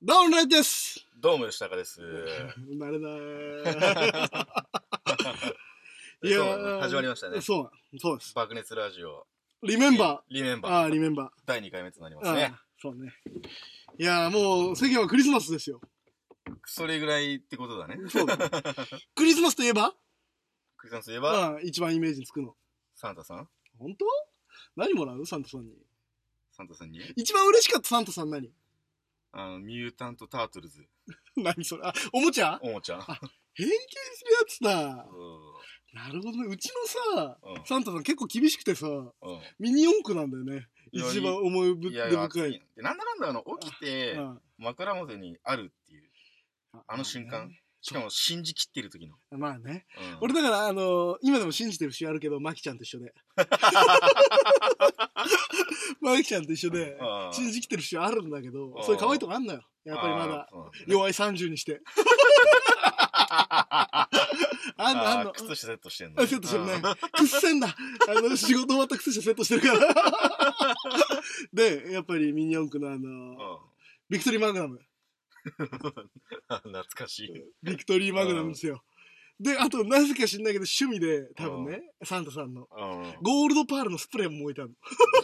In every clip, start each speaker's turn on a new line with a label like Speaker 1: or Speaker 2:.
Speaker 1: どうも、ナイツです。
Speaker 2: どうも吉高です。
Speaker 1: 慣れない。いやー
Speaker 2: そう始まりましたね。
Speaker 1: そうなの、そうです。
Speaker 2: 爆熱ラジオ。
Speaker 1: リメンバ
Speaker 2: リメン
Speaker 1: ー。あ
Speaker 2: バ
Speaker 1: あ、
Speaker 2: ー。
Speaker 1: リメンバ
Speaker 2: 第2回目となりま
Speaker 1: ー。
Speaker 2: す
Speaker 1: あ
Speaker 2: ね。
Speaker 1: あ、そうね。いやー、もう、世間はクリスマスですよ。
Speaker 2: それぐらいってことだね。
Speaker 1: そう だね。クリスマスといえば
Speaker 2: クリスマスといえば、
Speaker 1: ああ、一番イメージにつくの。
Speaker 2: サンタさん
Speaker 1: 本当何もらうサンタさんに。
Speaker 2: サンタさんに
Speaker 1: 一番嬉しかったサンタさん何
Speaker 2: あの、ミュータントタートルズ。
Speaker 1: 何それあ、おもちゃ
Speaker 2: おもちゃん。
Speaker 1: 変形するやつだ
Speaker 2: う。ん
Speaker 1: なるほどね。うちのさ、
Speaker 2: うん
Speaker 1: サンタさん結構厳しくてさ、
Speaker 2: うん
Speaker 1: ミニ四駆なんだよね。
Speaker 2: いや
Speaker 1: 一番思い出
Speaker 2: いやいや、
Speaker 1: 深い。
Speaker 2: でなんだかんだ、あの、起きて、
Speaker 1: うん
Speaker 2: 枕元にあるっていう。あの瞬間。しかも、信じきってる時の。
Speaker 1: まあね。
Speaker 2: うん
Speaker 1: 俺だから、あのー今でも信じてる節あるけど、マキちゃんと一緒 で。マキちゃんと一緒で、
Speaker 2: ああ
Speaker 1: 信じきってる節あるんだけど
Speaker 2: あ、あ
Speaker 1: そういう可愛いとこあんのよ。やっぱりま
Speaker 2: あー
Speaker 1: だ、
Speaker 2: そうなんだね
Speaker 1: 弱い30にして。 あんの、あん
Speaker 2: あ
Speaker 1: の
Speaker 2: ー、。靴下セットしてんの。
Speaker 1: あセットしてる
Speaker 2: う
Speaker 1: ね
Speaker 2: ん。
Speaker 1: くっせんだ。あの、仕事終わった靴下セットしてる から。で、やっぱりミニ四駆のあのー、
Speaker 2: う
Speaker 1: ビクトリーマグナム。
Speaker 2: ん 懐かしい。
Speaker 1: ビクトリーマグナムですよ。で、あと、なぜか知んないけど、趣味で、多分ね、サンタさんの。
Speaker 2: うん
Speaker 1: ゴールドパールのスプレーも置いてある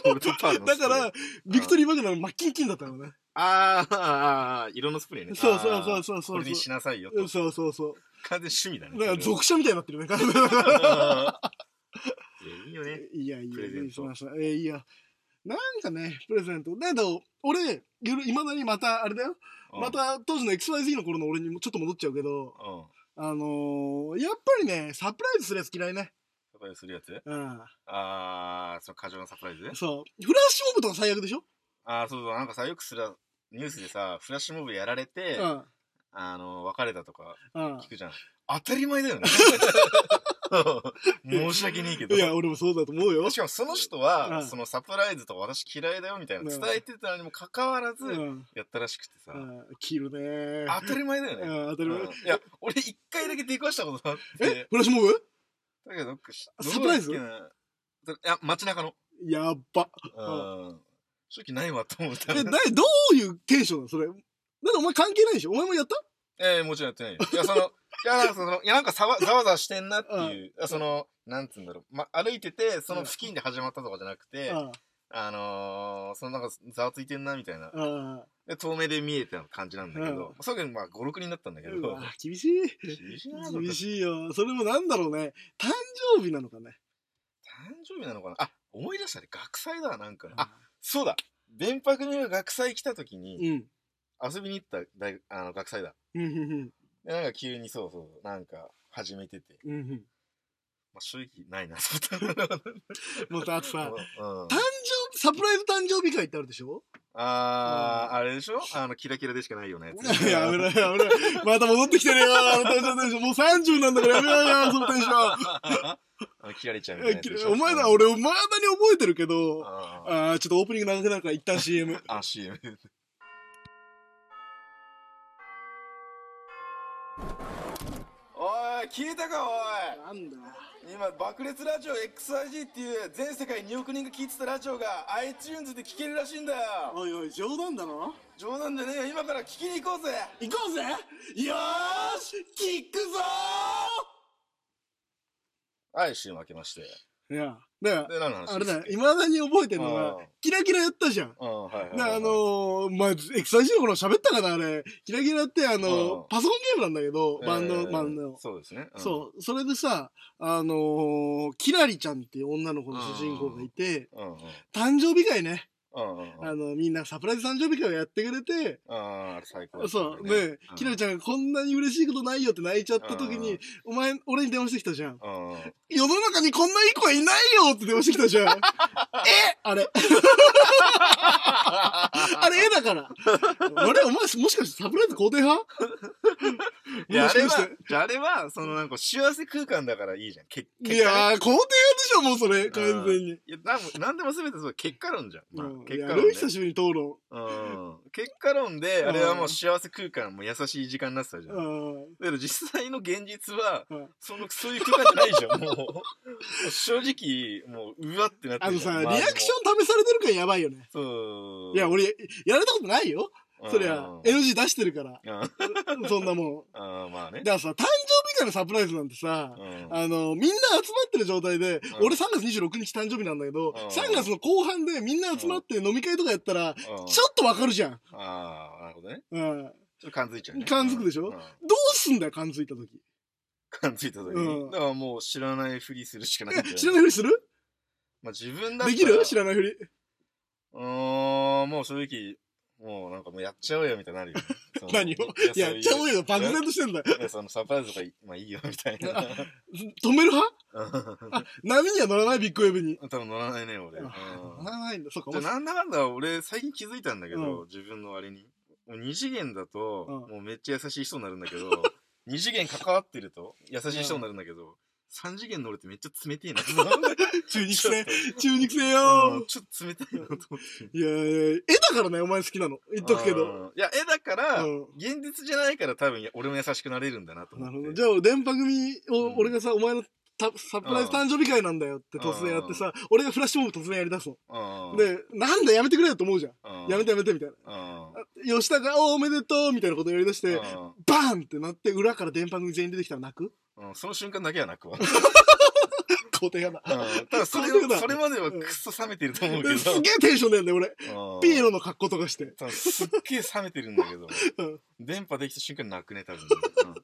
Speaker 2: ゴールドパー
Speaker 1: の。
Speaker 2: のスプレ
Speaker 1: だ
Speaker 2: ー
Speaker 1: から、ビクトリーマグナム真っ金金だったのね。
Speaker 2: あーあー、色のスプレーね。
Speaker 1: そうそうそうそう
Speaker 2: あー
Speaker 1: そう
Speaker 2: これにしなさいよと。
Speaker 1: うんそうそうそう。
Speaker 2: 完全趣味だね。
Speaker 1: だから、
Speaker 2: それは
Speaker 1: 属者みたいになってるね。
Speaker 2: いやいいよね。
Speaker 1: いやい
Speaker 2: プ
Speaker 1: や、
Speaker 2: レゼント
Speaker 1: しました。えーいや。なんかね、プレゼント。だけど、俺、いまだにまた、あれだよ。
Speaker 2: うん
Speaker 1: ま、た、当時の XYZ の頃の俺にもちょっと戻っちゃうけど、
Speaker 2: うん。や
Speaker 1: あのー、やっぱりね、サプライズするやつ嫌いね。
Speaker 2: っぱりするやつ
Speaker 1: うん。
Speaker 2: ああ、その過剰なサプライズ
Speaker 1: そう。フラッシュモブとか最悪でしょ
Speaker 2: ああ、そうそう、なんかさ、よくすら、ニュースでさ、フラッシュモブやられて、
Speaker 1: うん。
Speaker 2: あの、別れたとか
Speaker 1: うん
Speaker 2: 聞くじゃん。当たり前だ よね。申し訳ねえけど。
Speaker 1: いや、俺もそうだと思うよ
Speaker 2: し。かもその人
Speaker 1: う
Speaker 2: は、
Speaker 1: ん
Speaker 2: そのサプライズとか私嫌いだよみたいな伝えてたのにもかかわらず
Speaker 1: う、ん。
Speaker 2: やったらしくてさ、
Speaker 1: うん切るね。
Speaker 2: 当たり前だよね。
Speaker 1: うん当たり前
Speaker 2: うん。いや、俺一回だけ出くわしたことがあっ
Speaker 1: え
Speaker 2: て、
Speaker 1: フラッシュモブ
Speaker 2: だけどどっかし、
Speaker 1: サプライズ
Speaker 2: どこだっけないや、街中の。
Speaker 1: やっ ば。
Speaker 2: うん。正直ないわと思った
Speaker 1: え、。などういうテンションなのそれ。なんでお前関係ないでしょお前もやった
Speaker 2: ええ、もちろんやってないよ。いや、その、いや、なんかその、いや、なんかざわざわざわしてんなっていう、あその、なんつうんだろう、ま、歩いてて、その付近で始まったとかじゃなくて、
Speaker 1: あ
Speaker 2: あのー、そのなんかざわついてんなみたいな
Speaker 1: あ。。ああ。
Speaker 2: で、遠目で見えた感じなんだけど、
Speaker 1: う
Speaker 2: そういうのまあ5、6人だったんだけ
Speaker 1: う
Speaker 2: ど
Speaker 1: わ、厳しい。
Speaker 2: 厳しいなと思っ
Speaker 1: 厳
Speaker 2: て
Speaker 1: しいよ。それもなんだろうね。誕生日なのかね。
Speaker 2: 誕生日なのかなあ、思い出したね。学祭だわ、なんか。あ、そうだ電白に学祭来た時
Speaker 1: う
Speaker 2: に、
Speaker 1: ん。
Speaker 2: 遊びに行った大学あの学祭だ。
Speaker 1: うんうん
Speaker 2: で、なんか急にそうそう、なんか始めてて、
Speaker 1: うん。うんうん。
Speaker 2: まあ、正直ないな、そうだった。
Speaker 1: もうさ、あとさ、
Speaker 2: うん、
Speaker 1: 誕生、サプライズ誕生日会ってあるでしょ
Speaker 2: あー、あれでしょあの、キラキラでしかないようなやつ。
Speaker 1: やめろやめろ。また戻ってきてるよ。あのテンションテンション。もう30なんだからやめろよ、そのテンション。
Speaker 2: あの切られちゃうみたいなやつでしょ。
Speaker 1: お前ら、俺、まだに覚えてるけど、
Speaker 2: あー。
Speaker 1: あーちょっとオープニング長くなるから一旦 CM。
Speaker 2: あ、CM。おい、聞いたか、おい
Speaker 1: なんだ
Speaker 2: 今爆裂ラジオ XIG っていう全世界2億人が聴いてたラジオが iTunes で聴けるらしいんだよ
Speaker 1: おいおい、冗談だろ
Speaker 2: 冗談じゃねえよ今から聴きに行こうぜ
Speaker 1: 行こうぜよーしキックぞ
Speaker 2: はい CM 開けまして
Speaker 1: ーいや、だか
Speaker 2: で何の
Speaker 1: ら、
Speaker 2: 話
Speaker 1: あれだ
Speaker 2: う
Speaker 1: よ、未だに覚えてるのが
Speaker 2: うん、
Speaker 1: キラキラやったじゃん。
Speaker 2: んはいはいはい
Speaker 1: で、あのー、まあ、エクサイジの頃喋ったかな、あれ。キラキラって、あ
Speaker 2: う
Speaker 1: のー
Speaker 2: ん、
Speaker 1: パソコンゲームなんだけど、バン
Speaker 2: え
Speaker 1: ド、
Speaker 2: ー
Speaker 1: バンド。
Speaker 2: そうですね
Speaker 1: そう、それでさ、あのー、キラリちゃんっていう女の子の主人公がいて、
Speaker 2: うんうん
Speaker 1: 誕生日会ね。
Speaker 2: うんうんうん
Speaker 1: あの、みんなサプライズ誕生日会をやってくれて、
Speaker 2: あーあれ最高だった
Speaker 1: そう、ね、きらりちゃんがこんなに嬉しいことないよって泣いちゃった時
Speaker 2: う
Speaker 1: に
Speaker 2: ん、
Speaker 1: お前、俺に電話してきたじゃん。
Speaker 2: うんうん
Speaker 1: 世の中にこんないい子はいないよって電話してきた じゃん。えあれ。あれ、絵だ から。あれ、お前、もしかしてサプライズ肯定派
Speaker 2: いや
Speaker 1: も
Speaker 2: あ
Speaker 1: し
Speaker 2: れ
Speaker 1: かし
Speaker 2: は
Speaker 1: て。
Speaker 2: じゃああれはそのなんか幸せ空間だからいいじゃん結結果
Speaker 1: い
Speaker 2: ね
Speaker 1: やー、肯定派でしょ、もうそれ、完全に。
Speaker 2: いやなんもなんでも全てそう結果論じゃん、まあ
Speaker 1: うん、い
Speaker 2: 結
Speaker 1: や
Speaker 2: 果論
Speaker 1: ル
Speaker 2: ね
Speaker 1: イ久しぶりに討論。
Speaker 2: うん結果論で、
Speaker 1: うん
Speaker 2: あれはもう幸せ空間、もう優しい時間になってたじゃん。
Speaker 1: う
Speaker 2: だ
Speaker 1: ん。
Speaker 2: けど実際の現実は、
Speaker 1: うん
Speaker 2: その、そういう空間じゃないじゃん、もう。もう正直、もう、うわってなって
Speaker 1: あの
Speaker 2: るじゃん
Speaker 1: さ、リ
Speaker 2: 周りも
Speaker 1: アクション試されてるからやばいよね。
Speaker 2: そう。
Speaker 1: いや、俺、やれたことないよ。
Speaker 2: うん
Speaker 1: そりゃ、NG 出してるから。
Speaker 2: う ん
Speaker 1: そんなも
Speaker 2: うんまあね
Speaker 1: ん。。でさ、誕生日会のサプライズなんてさ
Speaker 2: う、ん
Speaker 1: あの、みんな集まってる状態で、
Speaker 2: うん
Speaker 1: 俺3月26日誕生日なんだけど、
Speaker 2: ん
Speaker 1: 3月の後半でみんな集まって飲み会とかやったら、
Speaker 2: うん
Speaker 1: ちょっとわかるじゃん。
Speaker 2: ああ、なるほどね。
Speaker 1: うん。
Speaker 2: ちょっと感づいちゃうね。
Speaker 1: 感づくでしょ
Speaker 2: うん
Speaker 1: どうすんだよ、感づいた時。
Speaker 2: 感づいた時
Speaker 1: うん
Speaker 2: に。だからもう知らないふりするしかないんじゃ
Speaker 1: え
Speaker 2: ない。
Speaker 1: 知らないふりする
Speaker 2: まあ自分だったら
Speaker 1: できる知らないふり。
Speaker 2: うーん、もう正直、もうなんかもうやっちゃおうよみたいになるよ。その
Speaker 1: 何をいや、ちゃおうよ、漠然としてんだよ。
Speaker 2: いや、そのサプライズとかい、まあいいよみたいな。
Speaker 1: 止める派波には乗らない、ビッグウェーブに。
Speaker 2: 多分乗らないね、俺。うん
Speaker 1: あ乗らないんだ、そっか。
Speaker 2: じゃあ
Speaker 1: もう
Speaker 2: なんだかんだ俺最近気づいたんだけど、
Speaker 1: う
Speaker 2: 自分のあれに。もう二次元だと、
Speaker 1: うん
Speaker 2: もうめっちゃ優しい人になるん だけど、二次元関わってると優しい人になるんだけど、三次元の俺ってめっちゃ 冷てえな。
Speaker 1: 中肉
Speaker 2: ちょっ
Speaker 1: 性
Speaker 2: と、
Speaker 1: 中肉性
Speaker 2: う
Speaker 1: よ
Speaker 2: んちょっと冷たいなと思って。
Speaker 1: いやいや、絵だからね、お前好きなの。言っとくけど。
Speaker 2: うん。いや、絵だから、
Speaker 1: うん
Speaker 2: 現実じゃないから多分いや俺も優しくなれるんだなと思
Speaker 1: な
Speaker 2: っ
Speaker 1: るほど。
Speaker 2: て。
Speaker 1: じゃあ、電波組
Speaker 2: う
Speaker 1: を
Speaker 2: ん
Speaker 1: 俺がさ、お前のたサプライズ
Speaker 2: うん
Speaker 1: 誕生日会なんだよって突然やってさ、俺がフラッシュモブ突然やりだすの。
Speaker 2: うん
Speaker 1: で、なんだやめてくれよと思うじゃん。
Speaker 2: うん
Speaker 1: やめてやめてみたいな。
Speaker 2: うん
Speaker 1: あ吉田が、おおめでとうみたいなことやりだして、
Speaker 2: う
Speaker 1: バーンってなって、裏から電波組全員出てきたら泣く
Speaker 2: んうんその瞬間だけ は泣くわ。
Speaker 1: 肯定派だ。
Speaker 2: うんただそれ
Speaker 1: そういうことだ
Speaker 2: それまではくっそ冷めてると思うけ
Speaker 1: で
Speaker 2: ど。
Speaker 1: すげえテンション出るんだよ、俺。
Speaker 2: うん
Speaker 1: ピエロの格好とかして。
Speaker 2: 多分すっげえ冷めてるんだけど
Speaker 1: うん。
Speaker 2: 電波できた瞬間泣くね、多分。うん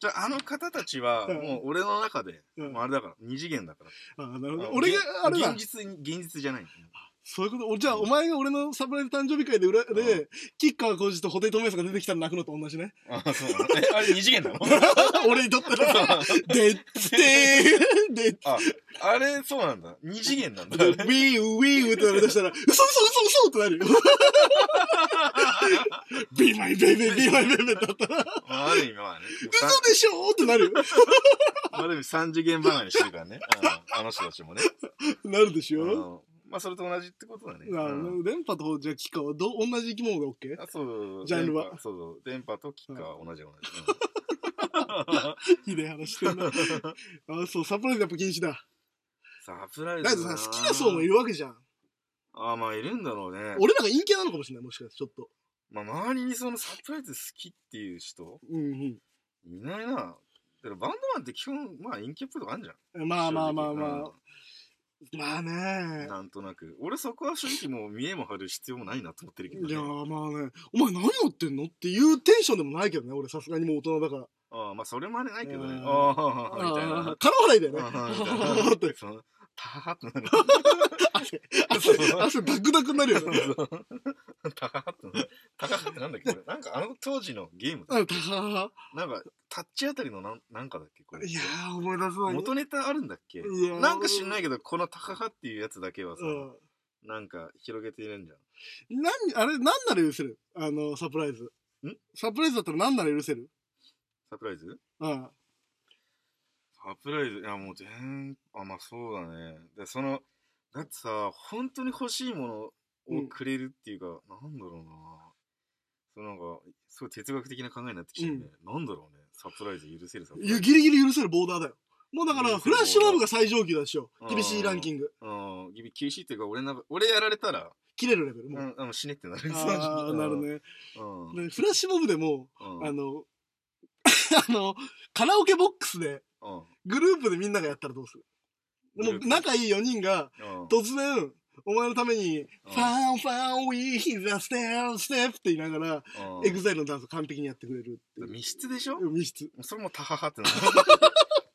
Speaker 2: じゃああの方たちは、
Speaker 1: うん
Speaker 2: もう俺の中で、
Speaker 1: うん
Speaker 2: もうあれだから、二次元だから。
Speaker 1: ああ、なるほ
Speaker 2: う
Speaker 1: ど。
Speaker 2: ん
Speaker 1: 俺が
Speaker 2: げ、
Speaker 1: あれだ
Speaker 2: 現。実に、現実じゃない。
Speaker 1: そういうこと。おじゃあ、お前が俺のサプライズ誕生日会で裏
Speaker 2: う
Speaker 1: で、吉川浩司と布袋寅泰が出てきたら泣くのと同 じね。
Speaker 2: あ、そうなのえあれ二次元な の
Speaker 1: 俺にとってはさ、でってー、でって
Speaker 2: あ、あれそうなんだ。二次元なんだ。
Speaker 1: ー、ウィーウ、ウィーウってなりだしたら、嘘嘘嘘嘘ってな るよ。ビーマイベイベイ、ビーマイベイベイってなったら、
Speaker 2: まあある意味まあね。
Speaker 1: 嘘でしょーってなるよ。
Speaker 2: まあ、でも三次元離れしてるからね。うんあの人たちもね。
Speaker 1: なるでし
Speaker 2: う
Speaker 1: ょ
Speaker 2: んまあ、それと同じってことだね。
Speaker 1: な
Speaker 2: うん
Speaker 1: 電波と、じゃあ、吉川はど、同じ生き物で OK?
Speaker 2: あそう
Speaker 1: ジャンルは
Speaker 2: 電波そうそう。電波とキッカーは同じ同じ。
Speaker 1: ひでえ話してんな。あ、そう、サプライズやっぱ禁止だ。
Speaker 2: サプライズ
Speaker 1: だけどさ、好きな層もい
Speaker 2: る。
Speaker 1: るわけじゃん。
Speaker 2: あ、まあ、いるんだろうね。
Speaker 1: 俺らが陰キャなのかもしれない、もしかして、ちょっと。
Speaker 2: まあ、周りにそのサプライズ好きっていう人
Speaker 1: うん
Speaker 2: いないな。だからバンドマンって基本、まあ、陰キャっぽいとこあるじゃん。
Speaker 1: うん。まあまあまあま
Speaker 2: 正直
Speaker 1: あ。まあ
Speaker 2: うん
Speaker 1: ね。
Speaker 2: なんとなく。俺そこは正直もう見えも張る必要もないなと思ってるけど、
Speaker 1: いや
Speaker 2: ね。
Speaker 1: ーまあね、お前何やってんのっていうテンションでもないけどね、俺さすがにもう大人だから。
Speaker 2: ああまあ、それまでないけど
Speaker 1: う
Speaker 2: ね
Speaker 1: ん。
Speaker 2: ああ、みたい
Speaker 1: あー
Speaker 2: な。
Speaker 1: 空払いだよね。
Speaker 2: ああ
Speaker 1: って、
Speaker 2: そのたはってなる。
Speaker 1: 汗、
Speaker 2: そう
Speaker 1: 汗、汗ダクダクになるよね。
Speaker 2: タカハってな、タカハってなんだっけこれなんかあの当時のゲームだ
Speaker 1: あたは
Speaker 2: なんか、タッチあたりのなんなんかだっけこれ
Speaker 1: い。やー、思い出せない。
Speaker 2: 元ネタあるんだっけ
Speaker 1: いやー
Speaker 2: なんか知んないけど、このタカハっていうやつだけはさ
Speaker 1: う、ん。
Speaker 2: なんか広げているんじゃん。
Speaker 1: 何、あれ、何なら許せるあの、サプライズ。
Speaker 2: ん
Speaker 1: サプライズだったら何なら許せる
Speaker 2: サプライズ
Speaker 1: うん。
Speaker 2: サプライズいや、もう全、あ、まあそうだね。で、その、だってさ、本当に欲しいものをくれるっていうか、なんだろうな。そうなんか、すごい哲学的な考えになってきてるね。なんだろうね。サプライズ許せるサプライ
Speaker 1: いや
Speaker 2: ズ。
Speaker 1: ギリギリ許せるボーダーだよ。もうだか
Speaker 2: 許せ
Speaker 1: ら、
Speaker 2: る
Speaker 1: フラッシュモブが最上級だでしょ
Speaker 2: う。ん
Speaker 1: 厳しいランキング。
Speaker 2: うん、厳厳しいっていうか、俺なんか、俺やられたら、
Speaker 1: 切れるレベル。
Speaker 2: う
Speaker 1: もう。
Speaker 2: ん、あの死ねってなる。
Speaker 1: ああ、なるね。
Speaker 2: うん。うん。
Speaker 1: ねフラッシュモブでも、
Speaker 2: うん。
Speaker 1: あの、 あの、カラオケボックスで、
Speaker 2: うん。
Speaker 1: グループでみんながやったらどうするも
Speaker 2: グルー
Speaker 1: う
Speaker 2: プ
Speaker 1: 仲いい4人が、
Speaker 2: うん
Speaker 1: 突然、お前のために、フ
Speaker 2: うん
Speaker 1: ァンファンウィーヒザステーステップって言いながら、
Speaker 2: うん
Speaker 1: エグザイルのダンスを完璧にやってくれるっていう。
Speaker 2: 密室でしょ
Speaker 1: 密室。
Speaker 2: それもタハハってなる。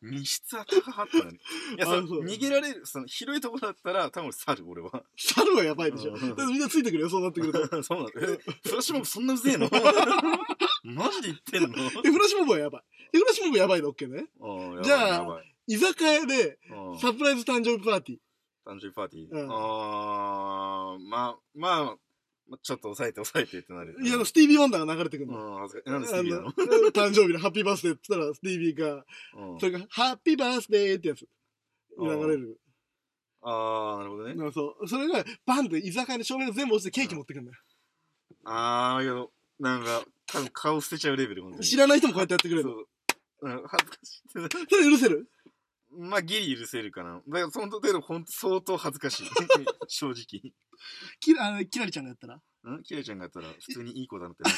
Speaker 2: 密室はタハハってなる。いや、そ
Speaker 1: あ
Speaker 2: の
Speaker 1: そう
Speaker 2: 逃げられる、その広いところだったら、多分 猿、俺は。
Speaker 1: 猿はやばいでしょ。
Speaker 2: う
Speaker 1: だ
Speaker 2: ん
Speaker 1: からみんなついてくるよ、そうなってくると。
Speaker 2: そうなのえ、フラッシュモブそんなうぜえの マジで言ってんの
Speaker 1: で、フラッシュモブはやばい。で、フラッシュモブやばいの OK ね。
Speaker 2: うんやばい
Speaker 1: じゃあ
Speaker 2: やばい
Speaker 1: 居酒屋で、
Speaker 2: うん
Speaker 1: サプライズ誕生日パーティー。
Speaker 2: 誕生日パーティー。
Speaker 1: うん
Speaker 2: あー、まあ、まあ、ちょっと抑えて抑えてってなる。
Speaker 1: いや、スティービー・ワンダーが流れてくるの。
Speaker 2: うん、恥ずか
Speaker 1: あ
Speaker 2: な
Speaker 1: の
Speaker 2: んで好きなの
Speaker 1: 誕生日のハッピーバースデーって言ったら、スティービーが、
Speaker 2: うん
Speaker 1: それが、ハッピーバースデーってやつ。流れる。
Speaker 2: あー、なるほどね。
Speaker 1: うんそう。それが、バンって居酒屋で照明が全部落ちてケーキ持ってくるんだよ。
Speaker 2: あー、だけど、なんか、多分顔捨てちゃうレベル、本当に。
Speaker 1: 知らない人もこうやってやってくれる
Speaker 2: そ
Speaker 1: の。
Speaker 2: う。うん、恥ずかしいってな。
Speaker 1: それ許せる
Speaker 2: まあ、ギリ許せるかな。だ から、その程度、ほんと、相当恥ずかしい。正直。
Speaker 1: キラ、あのキラリちゃんがやったら
Speaker 2: うんキラちゃんがやったら普通にいい子だなってなっ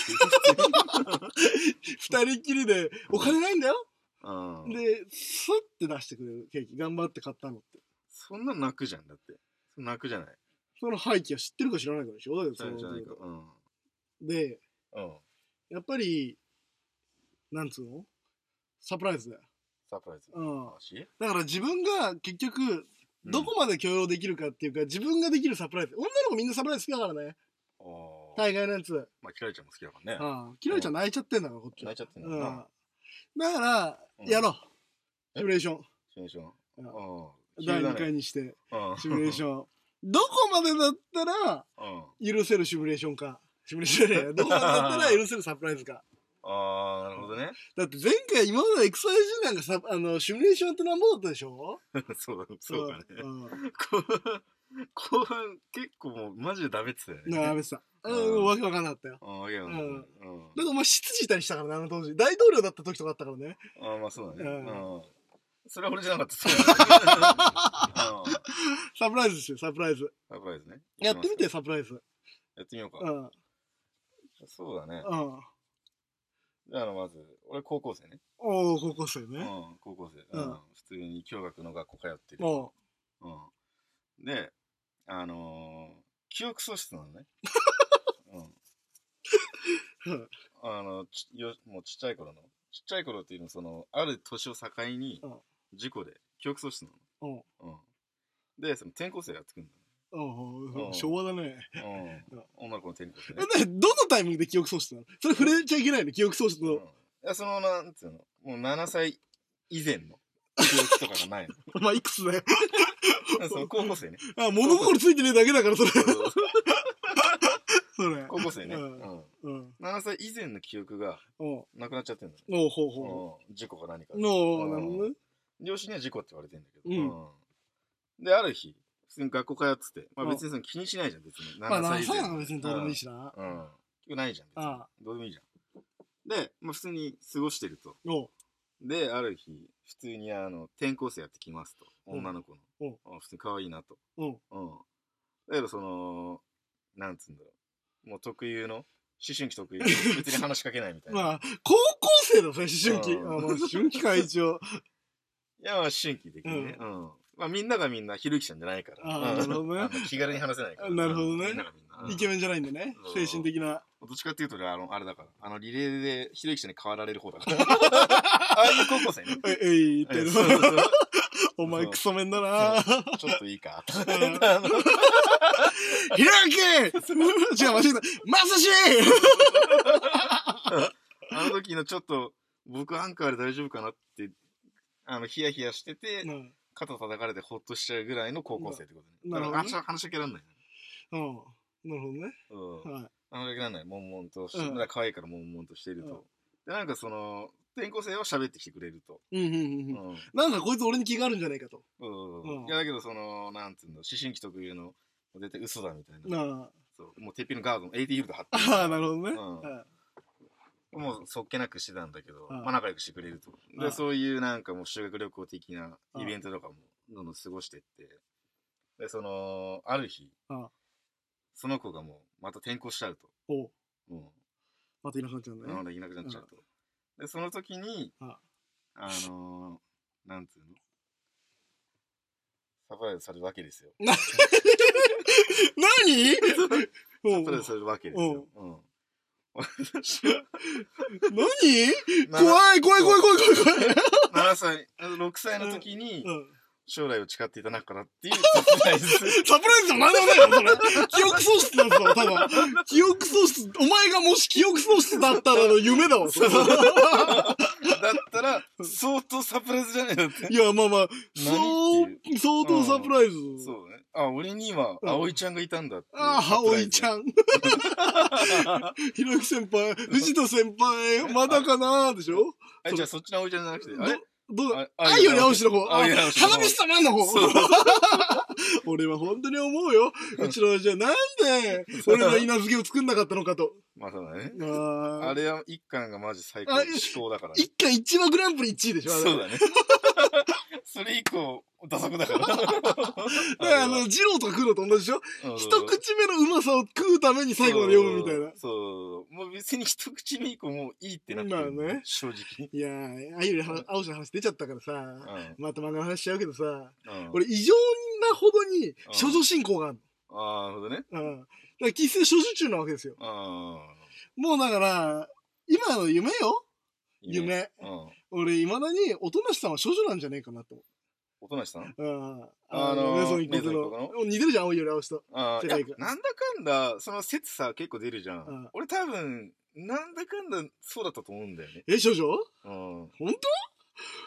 Speaker 2: てる
Speaker 1: 二人っきりで、お金ないんだよ、
Speaker 2: うん
Speaker 1: で、スッて出してくれるケーキ、頑張って買ったのって。
Speaker 2: そんな泣くじゃんだって泣くじゃない
Speaker 1: その背景は知ってるか知らないかでしょだけど
Speaker 2: じ
Speaker 1: そ
Speaker 2: ゃ
Speaker 1: の
Speaker 2: ないかうん
Speaker 1: で、
Speaker 2: うん
Speaker 1: やっぱり、なんつうのサプライズだよ。
Speaker 2: サプライズ
Speaker 1: うん。
Speaker 2: 話
Speaker 1: だから自分が結局、どこまで許容できるかっていうか、自分ができるサプライズ。女の子みんなサプライズ好きだからね。
Speaker 2: うんああ
Speaker 1: 大概のやつ。
Speaker 2: まあキラちゃんも好きだからね
Speaker 1: ああ、キラリちゃん泣いちゃってんだから、こっちは。
Speaker 2: 泣いちゃってん
Speaker 1: う
Speaker 2: だ
Speaker 1: ん。
Speaker 2: もん
Speaker 1: だ
Speaker 2: な
Speaker 1: から、
Speaker 2: うん
Speaker 1: やろう。
Speaker 2: え
Speaker 1: シミュレーション。
Speaker 2: シミュレーション
Speaker 1: うん
Speaker 2: ああ
Speaker 1: 第2
Speaker 2: 急だね
Speaker 1: 回にして、
Speaker 2: うん
Speaker 1: シミュレーション。どこまでだったら、
Speaker 2: うん
Speaker 1: 許せるシミュレーションか。シミュレーションじゃ ねえやどこまでだったら許せるサプライズか。
Speaker 2: ああなるほどね
Speaker 1: だって前回、今まで XYZ なんかさ、あの、シミュレーションってなんぼだったでしょ
Speaker 2: そうだそう だね
Speaker 1: うん。
Speaker 2: 後半後半結構もうマジでダメっつって
Speaker 1: な
Speaker 2: た
Speaker 1: あ、安
Speaker 2: よね
Speaker 1: 倍さん。うん、わけわかんなかったよ。
Speaker 2: ああわけわかんないうん
Speaker 1: だってお前、執事いたりしたからね、あの当時。大統領だった時とかあったからね。
Speaker 2: ああまあそうだね
Speaker 1: う
Speaker 2: うんんそれは俺じゃなかったそう だねうん
Speaker 1: サプライズですよ、サプライズ。
Speaker 2: サプライズね
Speaker 1: やってみて、サプライズ。
Speaker 2: やってみよう
Speaker 1: う
Speaker 2: か
Speaker 1: ん。うん。
Speaker 2: そうだねじゃああのまず俺高校生ね
Speaker 1: おお高校生
Speaker 2: う
Speaker 1: ね。
Speaker 2: ん高校生
Speaker 1: う
Speaker 2: うんん普通に共学の学校通ってる
Speaker 1: おう
Speaker 2: うんであのー記憶喪失なの ねう
Speaker 1: う
Speaker 2: ん
Speaker 1: ん
Speaker 2: あのちよもうちっちゃい頃のちっちゃい頃っていうのはそのある年を境に
Speaker 1: うん
Speaker 2: 事故で記憶喪失な
Speaker 1: おう
Speaker 2: の、うん、でその転校生がやってくるん
Speaker 1: お
Speaker 2: う
Speaker 1: うん昭和だね。
Speaker 2: だね、
Speaker 1: うん
Speaker 2: うん、女の子の転校生
Speaker 1: えだ
Speaker 2: ね、
Speaker 1: どのタイミングで記憶喪失なのそれ触れちゃいけないの記憶喪失
Speaker 2: うん、い
Speaker 1: の。
Speaker 2: やそのなんつうのもう7歳以前の記憶とかがない
Speaker 1: お前いくつだよ。
Speaker 2: のその高校生ね
Speaker 1: あ、物心ついてねえだけだから、それ。それ。
Speaker 2: 高校生ね、
Speaker 1: う
Speaker 2: うんん
Speaker 1: うん。
Speaker 2: 7歳以前の記憶が
Speaker 1: おう
Speaker 2: なくなっちゃってるんだね、
Speaker 1: おうほうほ
Speaker 2: うん事故か何か
Speaker 1: う。
Speaker 2: で
Speaker 1: の
Speaker 2: う
Speaker 1: うんなるほどね。
Speaker 2: 両親には事故って言われてんだけど、
Speaker 1: うん
Speaker 2: うんである日普通に学校通ってて、まあ、
Speaker 1: うん
Speaker 2: 別にその気にしないじゃん別に
Speaker 1: まあ、
Speaker 2: 7
Speaker 1: 7
Speaker 2: 歳以
Speaker 1: 歳
Speaker 2: 前
Speaker 1: なんか別にどうでもいいしな。
Speaker 2: うん、うん、良くないじゃん別に
Speaker 1: あ
Speaker 2: どうでもいいじゃんで、まあ、普通に過ごしてると
Speaker 1: おう
Speaker 2: である日普通にあの転校生やってきますと
Speaker 1: うん
Speaker 2: 女の子
Speaker 1: う
Speaker 2: の、うん普通に可愛いなと、
Speaker 1: おう
Speaker 2: うん、だけどそのなんつうんだろうもう特有の思春期特有 の別に話しかけないみたいな、
Speaker 1: まあ、高校生だ、それ、思春期。あ
Speaker 2: うん
Speaker 1: まあ思春期か、一応。
Speaker 2: いや、まあ、思春期的にね。うん。まあ、みんながみんな、ひるきちゃんじゃないから。
Speaker 1: あー
Speaker 2: うん
Speaker 1: なるほどね
Speaker 2: あの気軽に話せないから。
Speaker 1: なるほどね
Speaker 2: みんながみんな。うん
Speaker 1: イケメンじゃないんでね。
Speaker 2: うん
Speaker 1: 精神的な。
Speaker 2: どっちかっていうとね、あの、あれだから。あの、リレーで、ひるきちゃんに変わられる方 だから。ああいう高校生ね。
Speaker 1: え、えいって
Speaker 2: うんそうそうそう
Speaker 1: お前
Speaker 2: そう
Speaker 1: クソメンだな
Speaker 2: ちょっといいか。
Speaker 1: ん
Speaker 2: あの
Speaker 1: ひろゆき違う、間違えた。まさし
Speaker 2: あの時のちょっと、僕アンカーで大丈夫かなって、あの、ヒヤヒヤしてて、
Speaker 1: うん。
Speaker 2: 肩叩かれてほっとしちゃうぐらいの高校生ってことね。
Speaker 1: なるほどね
Speaker 2: だからあんま話しかけらんないね。
Speaker 1: うんなるほどね。
Speaker 2: うん。
Speaker 1: はい。
Speaker 2: あの時なんない、悶々とし
Speaker 1: うん
Speaker 2: まだ可愛いから悶々としていると。で、なんかその、転校生は喋ってきてくれると。
Speaker 1: うんうん
Speaker 2: う
Speaker 1: うんうん。
Speaker 2: ん。うん
Speaker 1: なんかこいつ俺に気があるんじゃないかと。うん
Speaker 2: いや、だけどその、なんつうの、思春期特有の、絶対嘘だみたいな。
Speaker 1: な
Speaker 2: そう。もう、てっぺんのガードも AT フィールド張っ
Speaker 1: あ。
Speaker 2: てる
Speaker 1: ああ、なるほどね。
Speaker 2: うん
Speaker 1: はい
Speaker 2: もう、そっけなくしてたんだけど、
Speaker 1: うん
Speaker 2: まあ仲良くしてくれると。
Speaker 1: うん
Speaker 2: で、そういうなんかもう修学旅行的なイベントとかも、どんどん過ごしてって。で、その、ある日
Speaker 1: うん、
Speaker 2: その子がもう、また転校しちゃうと。
Speaker 1: おう
Speaker 2: うん。
Speaker 1: またいなくなっちゃうんだ
Speaker 2: な
Speaker 1: ね
Speaker 2: の。でいなくなっちゃうと。で、その時に、
Speaker 1: あ
Speaker 2: あのー、なんつうのサプライズされるわけですよ。
Speaker 1: 何
Speaker 2: サプライ
Speaker 1: 何
Speaker 2: ズされるわけですよ。うん。7
Speaker 1: 怖い怖い怖い怖い怖い怖い。
Speaker 2: 歳、あの6歳の時に
Speaker 1: う、ん
Speaker 2: 将来を誓っていた仲だっていう サプライズ。
Speaker 1: サプライズでも何でもないよ、それ。記憶喪失なんだよ、ただ。記憶喪失、お前がもし記憶喪失だったらの夢だわ、それ。
Speaker 2: だったら、相当サプライズじゃないのって。
Speaker 1: いや、まあまあ、
Speaker 2: 何
Speaker 1: そう、相当サプライズ。
Speaker 2: そうね。あ、俺に今、
Speaker 1: うん
Speaker 2: 葵ちゃんがいたんだっていう
Speaker 1: ああ、
Speaker 2: サプラ
Speaker 1: 葵
Speaker 2: イズ
Speaker 1: ちゃん。 ひろゆき先輩、藤田先輩、まだかなーでしょ
Speaker 2: あじゃあそっちの葵ちゃんじゃなくて、あれ
Speaker 1: どう
Speaker 2: あ
Speaker 1: 愛より青しの方。あ
Speaker 2: 青より青しの方
Speaker 1: 花道様の方
Speaker 2: そう。
Speaker 1: 俺は本当に思うよ。うちの親父はなんで、俺の稲漬けを作んなかったのかと。
Speaker 2: まあそうだね。
Speaker 1: あー
Speaker 2: あれは一巻がマジ最高
Speaker 1: あ
Speaker 2: 至高だからね。
Speaker 1: 一回一番グランプリ1位でしょあれ
Speaker 2: そうだね。 それ以降、打足 だから。だか
Speaker 1: だからあの、、ジローとか黒と同じでしょ一口目のうまさを食うために最後まで読むみたいな。
Speaker 2: そう。もう別に一口目以降もういいってなってる。
Speaker 1: まあね
Speaker 2: 正直。
Speaker 1: いやー、あゆりは青ちゃんの話出ちゃったから
Speaker 2: う
Speaker 1: さ、
Speaker 2: ん
Speaker 1: また漫画の話しちゃうけどさ、
Speaker 2: うん
Speaker 1: 俺異常なほどに処女進行がある
Speaker 2: ああ、なるほどね。
Speaker 1: の。うん。だから喫水処女中なわけですよ。
Speaker 2: ああ。
Speaker 1: もうだから、今の夢よ夢。
Speaker 2: うん。
Speaker 1: 俺、未だに、おとなしさんは処女なんじゃねえかなと思
Speaker 2: おとなしさん
Speaker 1: う。うん。
Speaker 2: あのー
Speaker 1: メゾン一国
Speaker 2: メゾン一
Speaker 1: の
Speaker 2: 国の。
Speaker 1: 似てるじゃん、青いより青しと。
Speaker 2: ああ、
Speaker 1: 世
Speaker 2: いや
Speaker 1: 界観
Speaker 2: なんだかんだ、その説さ、結構出るじゃ
Speaker 1: うん
Speaker 2: ん。俺多分、なんだかんだ、そうだったと思うんだよね。
Speaker 1: え、処女
Speaker 2: うん。
Speaker 1: 本
Speaker 2: だ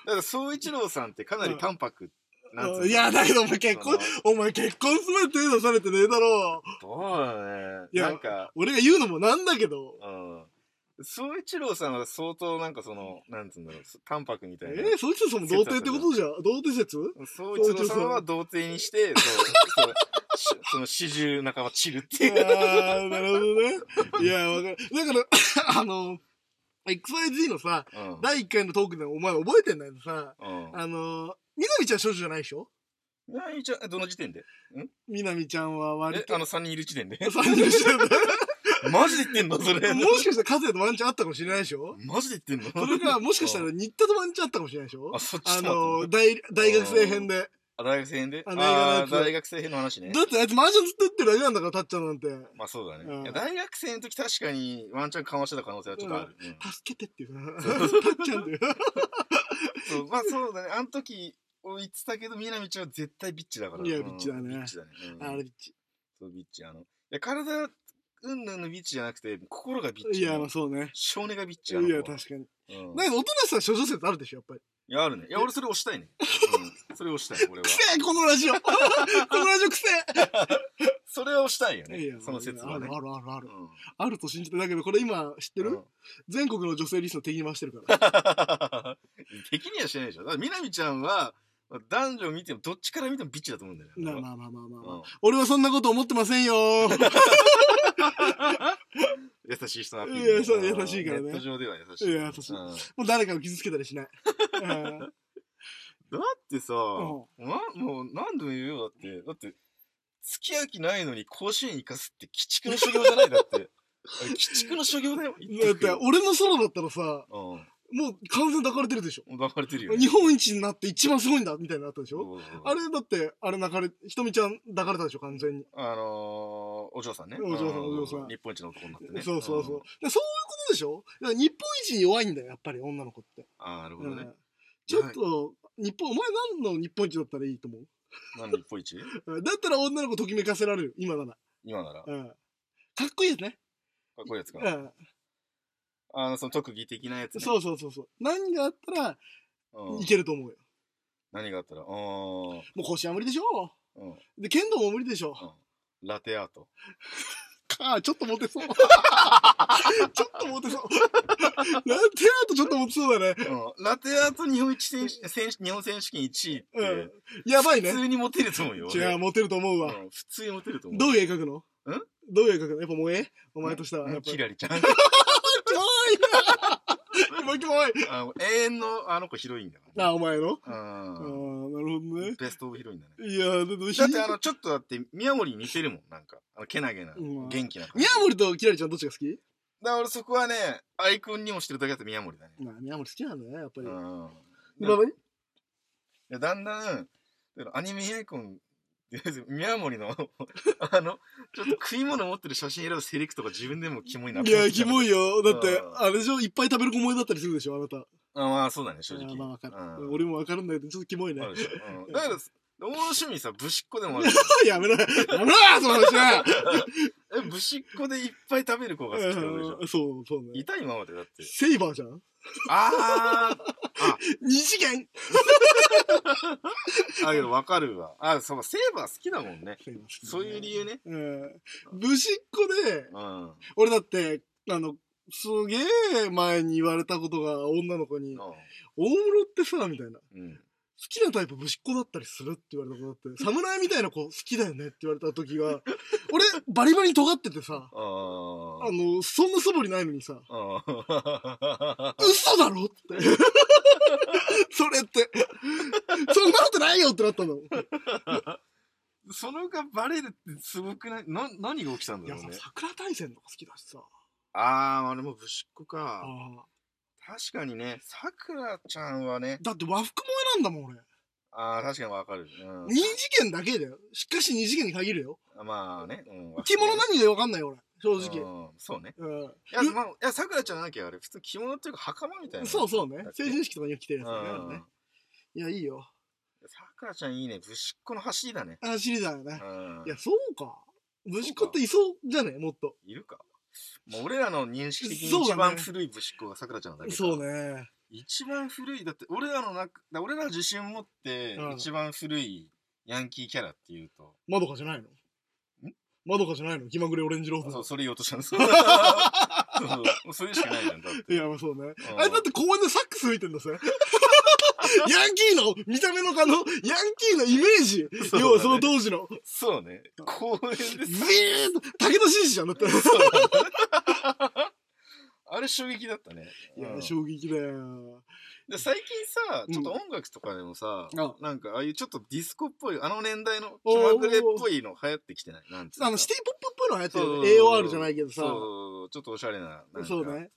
Speaker 2: から、総一郎さんってかなり淡白なんつうの
Speaker 1: 当いや、だけどお前結婚、お前結婚するって手出されてねえだろう。
Speaker 2: そのどうだね。
Speaker 1: いや
Speaker 2: なんか、
Speaker 1: 俺が言うのもなんだけど。
Speaker 2: うん。総一郎さんは相当なんかその、なんつうんだろう、淡白みたいな。
Speaker 1: えー、そいつそも童貞ってことじゃん。童貞説
Speaker 2: 総一郎さんは童貞にして、そう、そうし その四十半ば散るっていう。
Speaker 1: ああ、なるほどね。いや、わかる。だから、あ の、XYZ のさ、
Speaker 2: うん。
Speaker 1: 第1回のトークでもお前覚えてんだけどさ、
Speaker 2: うん。
Speaker 1: あの、みなみちゃん少女じゃないでしょ
Speaker 2: なみちゃん、どの時点で
Speaker 1: みなみちゃんは割
Speaker 2: え、
Speaker 1: と。
Speaker 2: あの、三人いる時点で
Speaker 1: 参入してるんだよ
Speaker 2: マジで言ってんのそれ。
Speaker 1: もしかしたらカズヤとワンチャンあったかもしれないでしょ
Speaker 2: マジで言ってん
Speaker 1: そ
Speaker 2: の
Speaker 1: れか、もしかしたら新田とワンチャンあったかもしれないでしょ
Speaker 2: あ、そっち
Speaker 1: あ
Speaker 2: と待っ
Speaker 1: の、
Speaker 2: て
Speaker 1: 大、大学生編で。
Speaker 2: あ大学生編で
Speaker 1: あの映画のや
Speaker 2: あ
Speaker 1: つ
Speaker 2: ー大学生編の話ね
Speaker 1: だ。ってあいつマンションずっと打ってるだけなんだから、たっちゃんなんて。
Speaker 2: まあそうだね。
Speaker 1: うん
Speaker 2: いや大学生の時確かにワンチャンかましてた可能性はちょっとある。うん
Speaker 1: 助けてっていう な。たっちゃんだよ。
Speaker 2: そうまあそうだね。あの時、俺言ってたけど、みなみちゃんは絶対ビッチだから。
Speaker 1: いや
Speaker 2: うん
Speaker 1: ビッチだね
Speaker 2: ビッチだね。うん
Speaker 1: あれ、ビッチ。
Speaker 2: そう、ビッチ。あの、いや、体、うんぬんのビッチじゃなくて、心がビッチ。
Speaker 1: いや、まあそうね。
Speaker 2: 少年がビッ
Speaker 1: い
Speaker 2: チ。あの子は
Speaker 1: や、確かに。
Speaker 2: うん
Speaker 1: だけど、おとなしさは諸女説あるでしょ、やっぱり。
Speaker 2: いや、あるね。いや、俺それ押したいね。うんそれ押したい、俺 は
Speaker 1: く。せえこのラ ジオこのラジオくせ
Speaker 2: それは押したいよ
Speaker 1: えい
Speaker 2: ね
Speaker 1: や。
Speaker 2: その説
Speaker 1: あ
Speaker 2: は
Speaker 1: る
Speaker 2: ね。
Speaker 1: あるあるある。
Speaker 2: うん
Speaker 1: あると信じて、だけどこれ今知って
Speaker 2: う
Speaker 1: る
Speaker 2: ん
Speaker 1: 全国の女性リスト敵に回してるから。
Speaker 2: 敵にはしてないでしょ。だから、みなみちゃんは、男女見ても、どっちから見てもビッチだと思 うんだよね。
Speaker 1: まあまあまあまあまあまあ。
Speaker 2: うん
Speaker 1: 俺はそんなこと思ってませんよ
Speaker 2: 優しい人なって
Speaker 1: いやそう優しいからね
Speaker 2: ネット上では優しい。
Speaker 1: いや優しい
Speaker 2: うん
Speaker 1: もう誰かを傷つけたりしない。 うん
Speaker 2: だってさ、
Speaker 1: う
Speaker 2: なもう何度も言うよ、だって。だって、付き合う気ないのに甲子園行かすって鬼畜の所業じゃな いだって。あれ鬼畜の所業だよ。
Speaker 1: だって、俺の空だったらさ、
Speaker 2: う
Speaker 1: もう完全抱かれてるでしょ。
Speaker 2: ん。抱かれてるよ、
Speaker 1: 日本一になって一番すごいんだみたいになったでしょ
Speaker 2: そうそうそう
Speaker 1: あれだって、あれ泣かれ、ひとみちゃん抱かれたでしょ、完全に。
Speaker 2: あのー、お嬢さんね。
Speaker 1: お嬢さん
Speaker 2: う
Speaker 1: お嬢さん
Speaker 2: 日本一の男になってね。
Speaker 1: そうそうそう。
Speaker 2: ん
Speaker 1: だからそういうことでしょだから日本一に弱いんだよ、やっぱり女の子って。
Speaker 2: ああ、なるほど
Speaker 1: う
Speaker 2: ね
Speaker 1: ん。ちょっと、日本、お前何の日本一だったらいいと思う
Speaker 2: 何日本一
Speaker 1: うんだったら女の子ときめかせられる、今なら。
Speaker 2: 今なら。かっ
Speaker 1: うんかっこいいですね。
Speaker 2: こいいやつか
Speaker 1: う
Speaker 2: な。
Speaker 1: ん
Speaker 2: あの、その特技的なやつね。
Speaker 1: そうそうそうそう。何があったら
Speaker 2: うん
Speaker 1: いけると思うよ。
Speaker 2: 何があったら、あー
Speaker 1: もう腰は無理でしょ
Speaker 2: うん。
Speaker 1: で、剣道も無理でしょ
Speaker 2: うんラテアート。
Speaker 1: かあ、ちょっとモテそう。 ちょっとモテそう。なんてやとちょっとモテそうだね。
Speaker 2: うんラテアート日本一選手選手日本選手権1位っ
Speaker 1: うん
Speaker 2: て、。
Speaker 1: やばいね
Speaker 2: 普。通にモテると思うよ。
Speaker 1: 違う、モテると思う
Speaker 2: 俺
Speaker 1: わ。
Speaker 2: うん普通にモテると思う。
Speaker 1: どういう絵描くのんどういう絵描くのやっぱ萌えお
Speaker 2: お
Speaker 1: 前としては。やっぱ
Speaker 2: キ
Speaker 1: り。
Speaker 2: ラリちゃん。
Speaker 1: キモいキモい
Speaker 2: あの永遠のあの子ヒロインだから
Speaker 1: な、お前のああー、なる
Speaker 2: ね。
Speaker 1: ほど
Speaker 2: うん
Speaker 1: ね。
Speaker 2: ベストオブヒロインだね。
Speaker 1: いやー、だってひ
Speaker 2: だってあの、ちょっとだって、宮森に似てるもん、なんか。あの、けなげな、
Speaker 1: うわ
Speaker 2: 元気な感じ。
Speaker 1: 宮森とキラリちゃんどっちが好き
Speaker 2: だからそこはね、アイコンにもしてるだけだと宮森だね。
Speaker 1: まあ、宮森好きなんだね、やっぱ
Speaker 2: う
Speaker 1: り。
Speaker 2: ん。
Speaker 1: 今まで
Speaker 2: いやだんだん、だからアニメアイコン、宮森の、 あの、ちょっと食い物持ってる写真選ぶセレクトが自分でもキモいなっ
Speaker 1: い
Speaker 2: て思っ
Speaker 1: や、
Speaker 2: てき
Speaker 1: キ
Speaker 2: た
Speaker 1: モいよ。だって
Speaker 2: う、ん
Speaker 1: あれでしょ、いっぱい食べる子萌えだったりするでしょ、あなた。
Speaker 2: あまあ、そうだね、正
Speaker 1: あ
Speaker 2: 直。
Speaker 1: ーまあ、わかる
Speaker 2: うん。
Speaker 1: 俺もわかるんだけど、ちょっとキモいね
Speaker 2: あ。るでしょうんだから、俺の趣味さ、武士っ子でもあ るじ
Speaker 1: やめろやめろその話は
Speaker 2: ゃん え、武士っ子でいっぱい食べる子が好きってことでしょ。
Speaker 1: そう、そうね
Speaker 2: い。た今までだって。
Speaker 1: セイバーじゃん
Speaker 2: あー
Speaker 1: 二次元
Speaker 2: あ、けどわかるわ。あ、そう、セーバー好きだもんね。
Speaker 1: セイバー好きだね
Speaker 2: そういう理由ね。
Speaker 1: うん。武士っ子で、
Speaker 2: うん。
Speaker 1: 俺だって、あの、すげえ前に言われたことが女の子に、大室ってさ、みたいな。好
Speaker 2: うん。
Speaker 1: きなタイプ武士っ子だったりするって言われたことだって、侍みたいな子好きだよねって言われた時が、俺、バリバリ尖っててさ、
Speaker 2: あー
Speaker 1: あの、そんな素振りないのにさ、
Speaker 2: あー。
Speaker 1: 嘘だろって。それって。そんなことないよってなったの。
Speaker 2: そのがバレるってすごくないな、何が起きた
Speaker 1: い
Speaker 2: ん
Speaker 1: や、
Speaker 2: だろう
Speaker 1: さ
Speaker 2: ね。
Speaker 1: 桜大戦とか好きだしさ。
Speaker 2: あー、あれもぶしっこ
Speaker 1: あ
Speaker 2: か。
Speaker 1: あ
Speaker 2: 確かにね、さくらちゃんはね、
Speaker 1: だって和服萌えなんだもん、俺。
Speaker 2: あー、確かにわかる。うん
Speaker 1: 二次元だけだよ。しかし二次元に限るよ。
Speaker 2: あ。まあね、うん。
Speaker 1: 着物何でわかんないよ、俺。正直。
Speaker 2: 直。そうね。
Speaker 1: うん
Speaker 2: いや、まあ、いや、さくらちゃんなきゃあれ、普通着物っていうか袴みたいな。
Speaker 1: そうそうね
Speaker 2: だっ。け
Speaker 1: 成人式とかには着てる
Speaker 2: う
Speaker 1: やつだよ
Speaker 2: ん
Speaker 1: ね。。いや、いいよ。
Speaker 2: さくらちゃんいいね。ぶしっこの走りだね。
Speaker 1: あ、知りだよ
Speaker 2: う
Speaker 1: ね。
Speaker 2: ん
Speaker 1: いや、。そうか。ぶしっこっていそうじゃねもっと。
Speaker 2: いるか。もう俺らの認識的
Speaker 1: そ
Speaker 2: に
Speaker 1: うだね
Speaker 2: 一番古いぶしっこがさくらちゃんだけど。
Speaker 1: そうね。
Speaker 2: 一番古い、だって俺らの中、だ俺ら自信持って
Speaker 1: うん
Speaker 2: 一番古いヤンキーキャラっていうと、
Speaker 1: まどかじゃないのまどかじゃないの気まぐれオレンジローズ
Speaker 2: そう、
Speaker 1: の。
Speaker 2: それ言おうとしたん です。そうそうそれしかないじゃん、だって。
Speaker 1: いや、まあそうね。
Speaker 2: うん
Speaker 1: あれだって公園でサックス吹いてんだ ぜ。ヤンキーの、見た目のあの、ヤンキーのイメージ。
Speaker 2: そうだね
Speaker 1: 要はその当時の。
Speaker 2: そうね。公園で
Speaker 1: ずーっと、武田真治じゃんだって。い
Speaker 2: あれ衝撃だったね。うん
Speaker 1: や、衝撃だよ。
Speaker 2: で最近さ
Speaker 1: う、ん
Speaker 2: ちょっと音楽とかでもさ、
Speaker 1: あ
Speaker 2: なんかああいうちょっとディスコっぽい、あの年代の
Speaker 1: お
Speaker 2: 気
Speaker 1: ー
Speaker 2: まぐれっぽいの流行ってきてないなんつうか
Speaker 1: あの、シティポップっぽいのはやって
Speaker 2: そう
Speaker 1: るよね。AOR じゃないけどさ。
Speaker 2: そう、ちょっとおしゃれな。なんか
Speaker 1: そうね。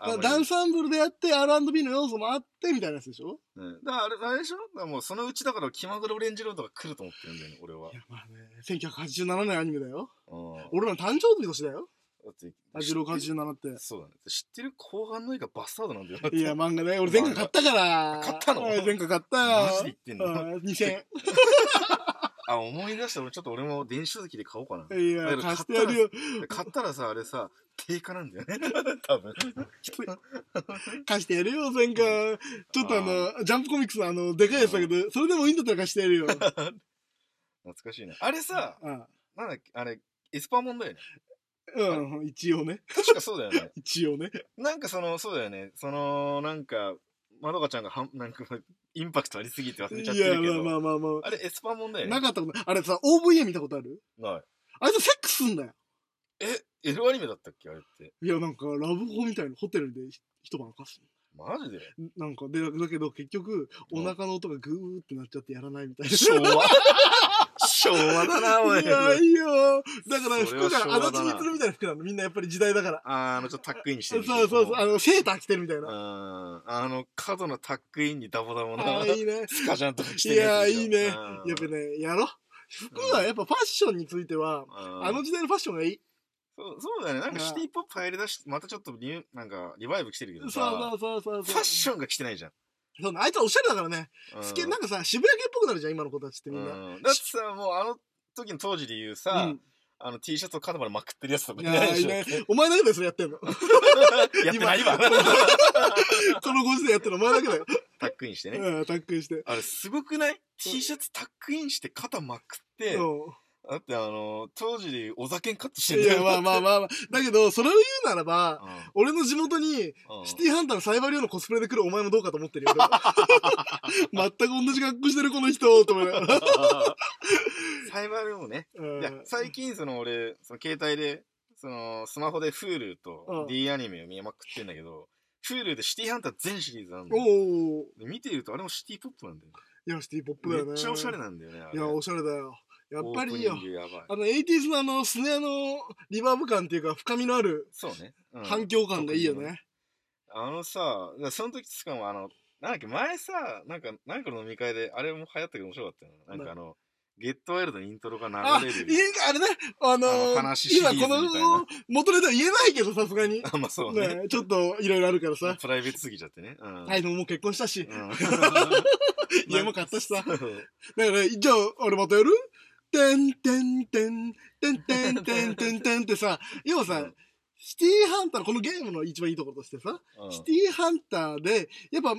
Speaker 2: あんまり
Speaker 1: ダンスアンブルでやって、R&B の要素もあって、みたいなやつでしょ
Speaker 2: うんだからあれ、あれでしょだからもうそのうちだから気まぐれオレンジロードが来ると思ってるんだよね、俺は。
Speaker 1: いや、まあね、1987年アニメだよ。
Speaker 2: うん。だ
Speaker 1: 俺らの誕生日の年だよ。
Speaker 2: って、
Speaker 1: アジロー87って。
Speaker 2: そうだね。知ってる後半の映画バスタードなんだよなって。
Speaker 1: いや、漫画ね。俺前回買ったから。
Speaker 2: 買ったの
Speaker 1: はい前回買ったよ。
Speaker 2: マジで言ってんの
Speaker 1: うん ?2000
Speaker 2: あ、思い出した。俺ちょっと俺も電子書籍で買おうかな。
Speaker 1: 円。いや、貸してやるよ。
Speaker 2: 買ったらさ、あれさ、定価なんだよね。 多分。
Speaker 1: 貸してやるよ、前回。ちょっとあの、ジャンプコミックスのあの、でかいやつだけど、それでもいいんだったら貸してやる よ。
Speaker 2: 懐かしいね。あれさ、
Speaker 1: うん
Speaker 2: なんだっけ、あれ、エスパーモンだよね。
Speaker 1: うん、一応ね。
Speaker 2: 確かそうだよ ね。
Speaker 1: 一応ね。
Speaker 2: なんかその、そうだよね。その、なんか、まどかちゃんがはん、なんか、インパクトありすぎて忘れ
Speaker 1: い
Speaker 2: ちゃってる
Speaker 1: や、
Speaker 2: けど。
Speaker 1: まあまあまあま
Speaker 2: あれ、エスパーモンだ
Speaker 1: あ。
Speaker 2: よね。
Speaker 1: なかったことない。あれさ、OVA 見たことある
Speaker 2: ない。
Speaker 1: あいつセックスすんだよ。
Speaker 2: え、エロアニメだったっけあれって。
Speaker 1: いや、なんか、ラブホみたいなホテルでひ一晩明かす
Speaker 2: マジで
Speaker 1: の。なんか、で、だけど結局、お腹の音がグーってなっちゃってやらないみたいな。
Speaker 2: 昭 和昭和だな、おい。
Speaker 1: いやいやだから
Speaker 2: それは
Speaker 1: 服
Speaker 2: 昭和だな
Speaker 1: が足立みつるみたいな服なのみんなやっぱり時代だから
Speaker 2: あーあの、ちょっとタックインして
Speaker 1: そう
Speaker 2: る。
Speaker 1: そうそうあ
Speaker 2: う
Speaker 1: のセーター着てるみたい
Speaker 2: ん。
Speaker 1: な
Speaker 2: あの、過度なタックインにダボダボな、
Speaker 1: ああいいね
Speaker 2: スカジャンとかし
Speaker 1: い
Speaker 2: てる
Speaker 1: や
Speaker 2: つでしょ
Speaker 1: いいねやっぱ
Speaker 2: うん
Speaker 1: ねやろ服はやっぱファッションについては
Speaker 2: うん
Speaker 1: あの時代のファッションがいい
Speaker 2: そうそうだね。なんか
Speaker 1: うん
Speaker 2: シティポップ入り出し、またちょっとリュなんかリバイブ来てるけ
Speaker 1: そ
Speaker 2: ど
Speaker 1: うそ
Speaker 2: さ、
Speaker 1: うそうそう
Speaker 2: フ
Speaker 1: そ
Speaker 2: ァッ
Speaker 1: う
Speaker 2: ションが来てないじゃん。
Speaker 1: そうねあいつはおしゃれだからね
Speaker 2: うん
Speaker 1: すけなんかさ渋谷系っぽくなるじゃん今の子たちってみんな
Speaker 2: うんだってさ、もうあの時の当時で言うさ、
Speaker 1: うん
Speaker 2: あの T シャツを肩までまくってるやつとか
Speaker 1: い
Speaker 2: い
Speaker 1: や
Speaker 2: ないで
Speaker 1: い
Speaker 2: し
Speaker 1: い
Speaker 2: ょ。
Speaker 1: ねお前だけだよそれやってんの こ
Speaker 2: やってないわ。
Speaker 1: のご時世やってるのお前だけだよ
Speaker 2: タックインしてね。
Speaker 1: うんタックインして
Speaker 2: あれすごくない ?T シャツタックインして肩まくって、
Speaker 1: う
Speaker 2: だってあの、当時で言うお酒カットして
Speaker 1: んい
Speaker 2: る
Speaker 1: やまあまあまあまあだけどそれを言うならば俺の地元に
Speaker 2: うんうん
Speaker 1: シティハンターのサイバリオのコスプレで来るお前もどうかと思ってるよ。俺全く同じ格好してるこの人、と思いながら。
Speaker 2: サイバルもね、
Speaker 1: うん
Speaker 2: いや、最近、その俺、その携帯で、そのスマホで Hulu
Speaker 1: う
Speaker 2: と
Speaker 1: ん
Speaker 2: D アニメを見まくってんだけど、Hulu でシティハンター全シリーズなんだ
Speaker 1: お
Speaker 2: よ。
Speaker 1: お。
Speaker 2: で見てるとあれもシティポップなんだよ
Speaker 1: いや、シティポップだ
Speaker 2: ね。
Speaker 1: よね。
Speaker 2: めっちゃおしゃれなんだよね、あ
Speaker 1: い
Speaker 2: れ。
Speaker 1: や、おしゃれだよ。やっぱりいいよ
Speaker 2: オー。プニングやばい。
Speaker 1: あの、80s のあの、スネアのリバーブ感っていうか、深みのある
Speaker 2: そうね。うん
Speaker 1: 反響感がいいよね。
Speaker 2: あのさ、だその時しかもあの、なんだっけ、前さ、なんか、なんかの飲み会で、あれも流行ったけど面白かったよな。なんかあの、ゲットワイルドのイントロが
Speaker 1: あ、
Speaker 2: 流
Speaker 1: いい
Speaker 2: れる。
Speaker 1: あれね、あの
Speaker 2: あの
Speaker 1: ー
Speaker 2: 話シリーズみたい
Speaker 1: 今こ
Speaker 2: な
Speaker 1: の元ネタ言えないけど、さすがに。
Speaker 2: あ、まあそうね。
Speaker 1: ね、ちょっといろいろあるからさ。
Speaker 2: プライベートすぎちゃってね。うん。
Speaker 1: はい、でももう結婚したし、
Speaker 2: うん。
Speaker 1: 家も買ったしさ。
Speaker 2: そう
Speaker 1: だから、じゃあ、あれまたやるてんてんてん、てんてんてんてんてんってさ、要は
Speaker 2: う
Speaker 1: さ
Speaker 2: ん、
Speaker 1: シティハンターのこのゲームの一番いいところとしてさ、
Speaker 2: うん
Speaker 1: シティハンターで、やっぱ、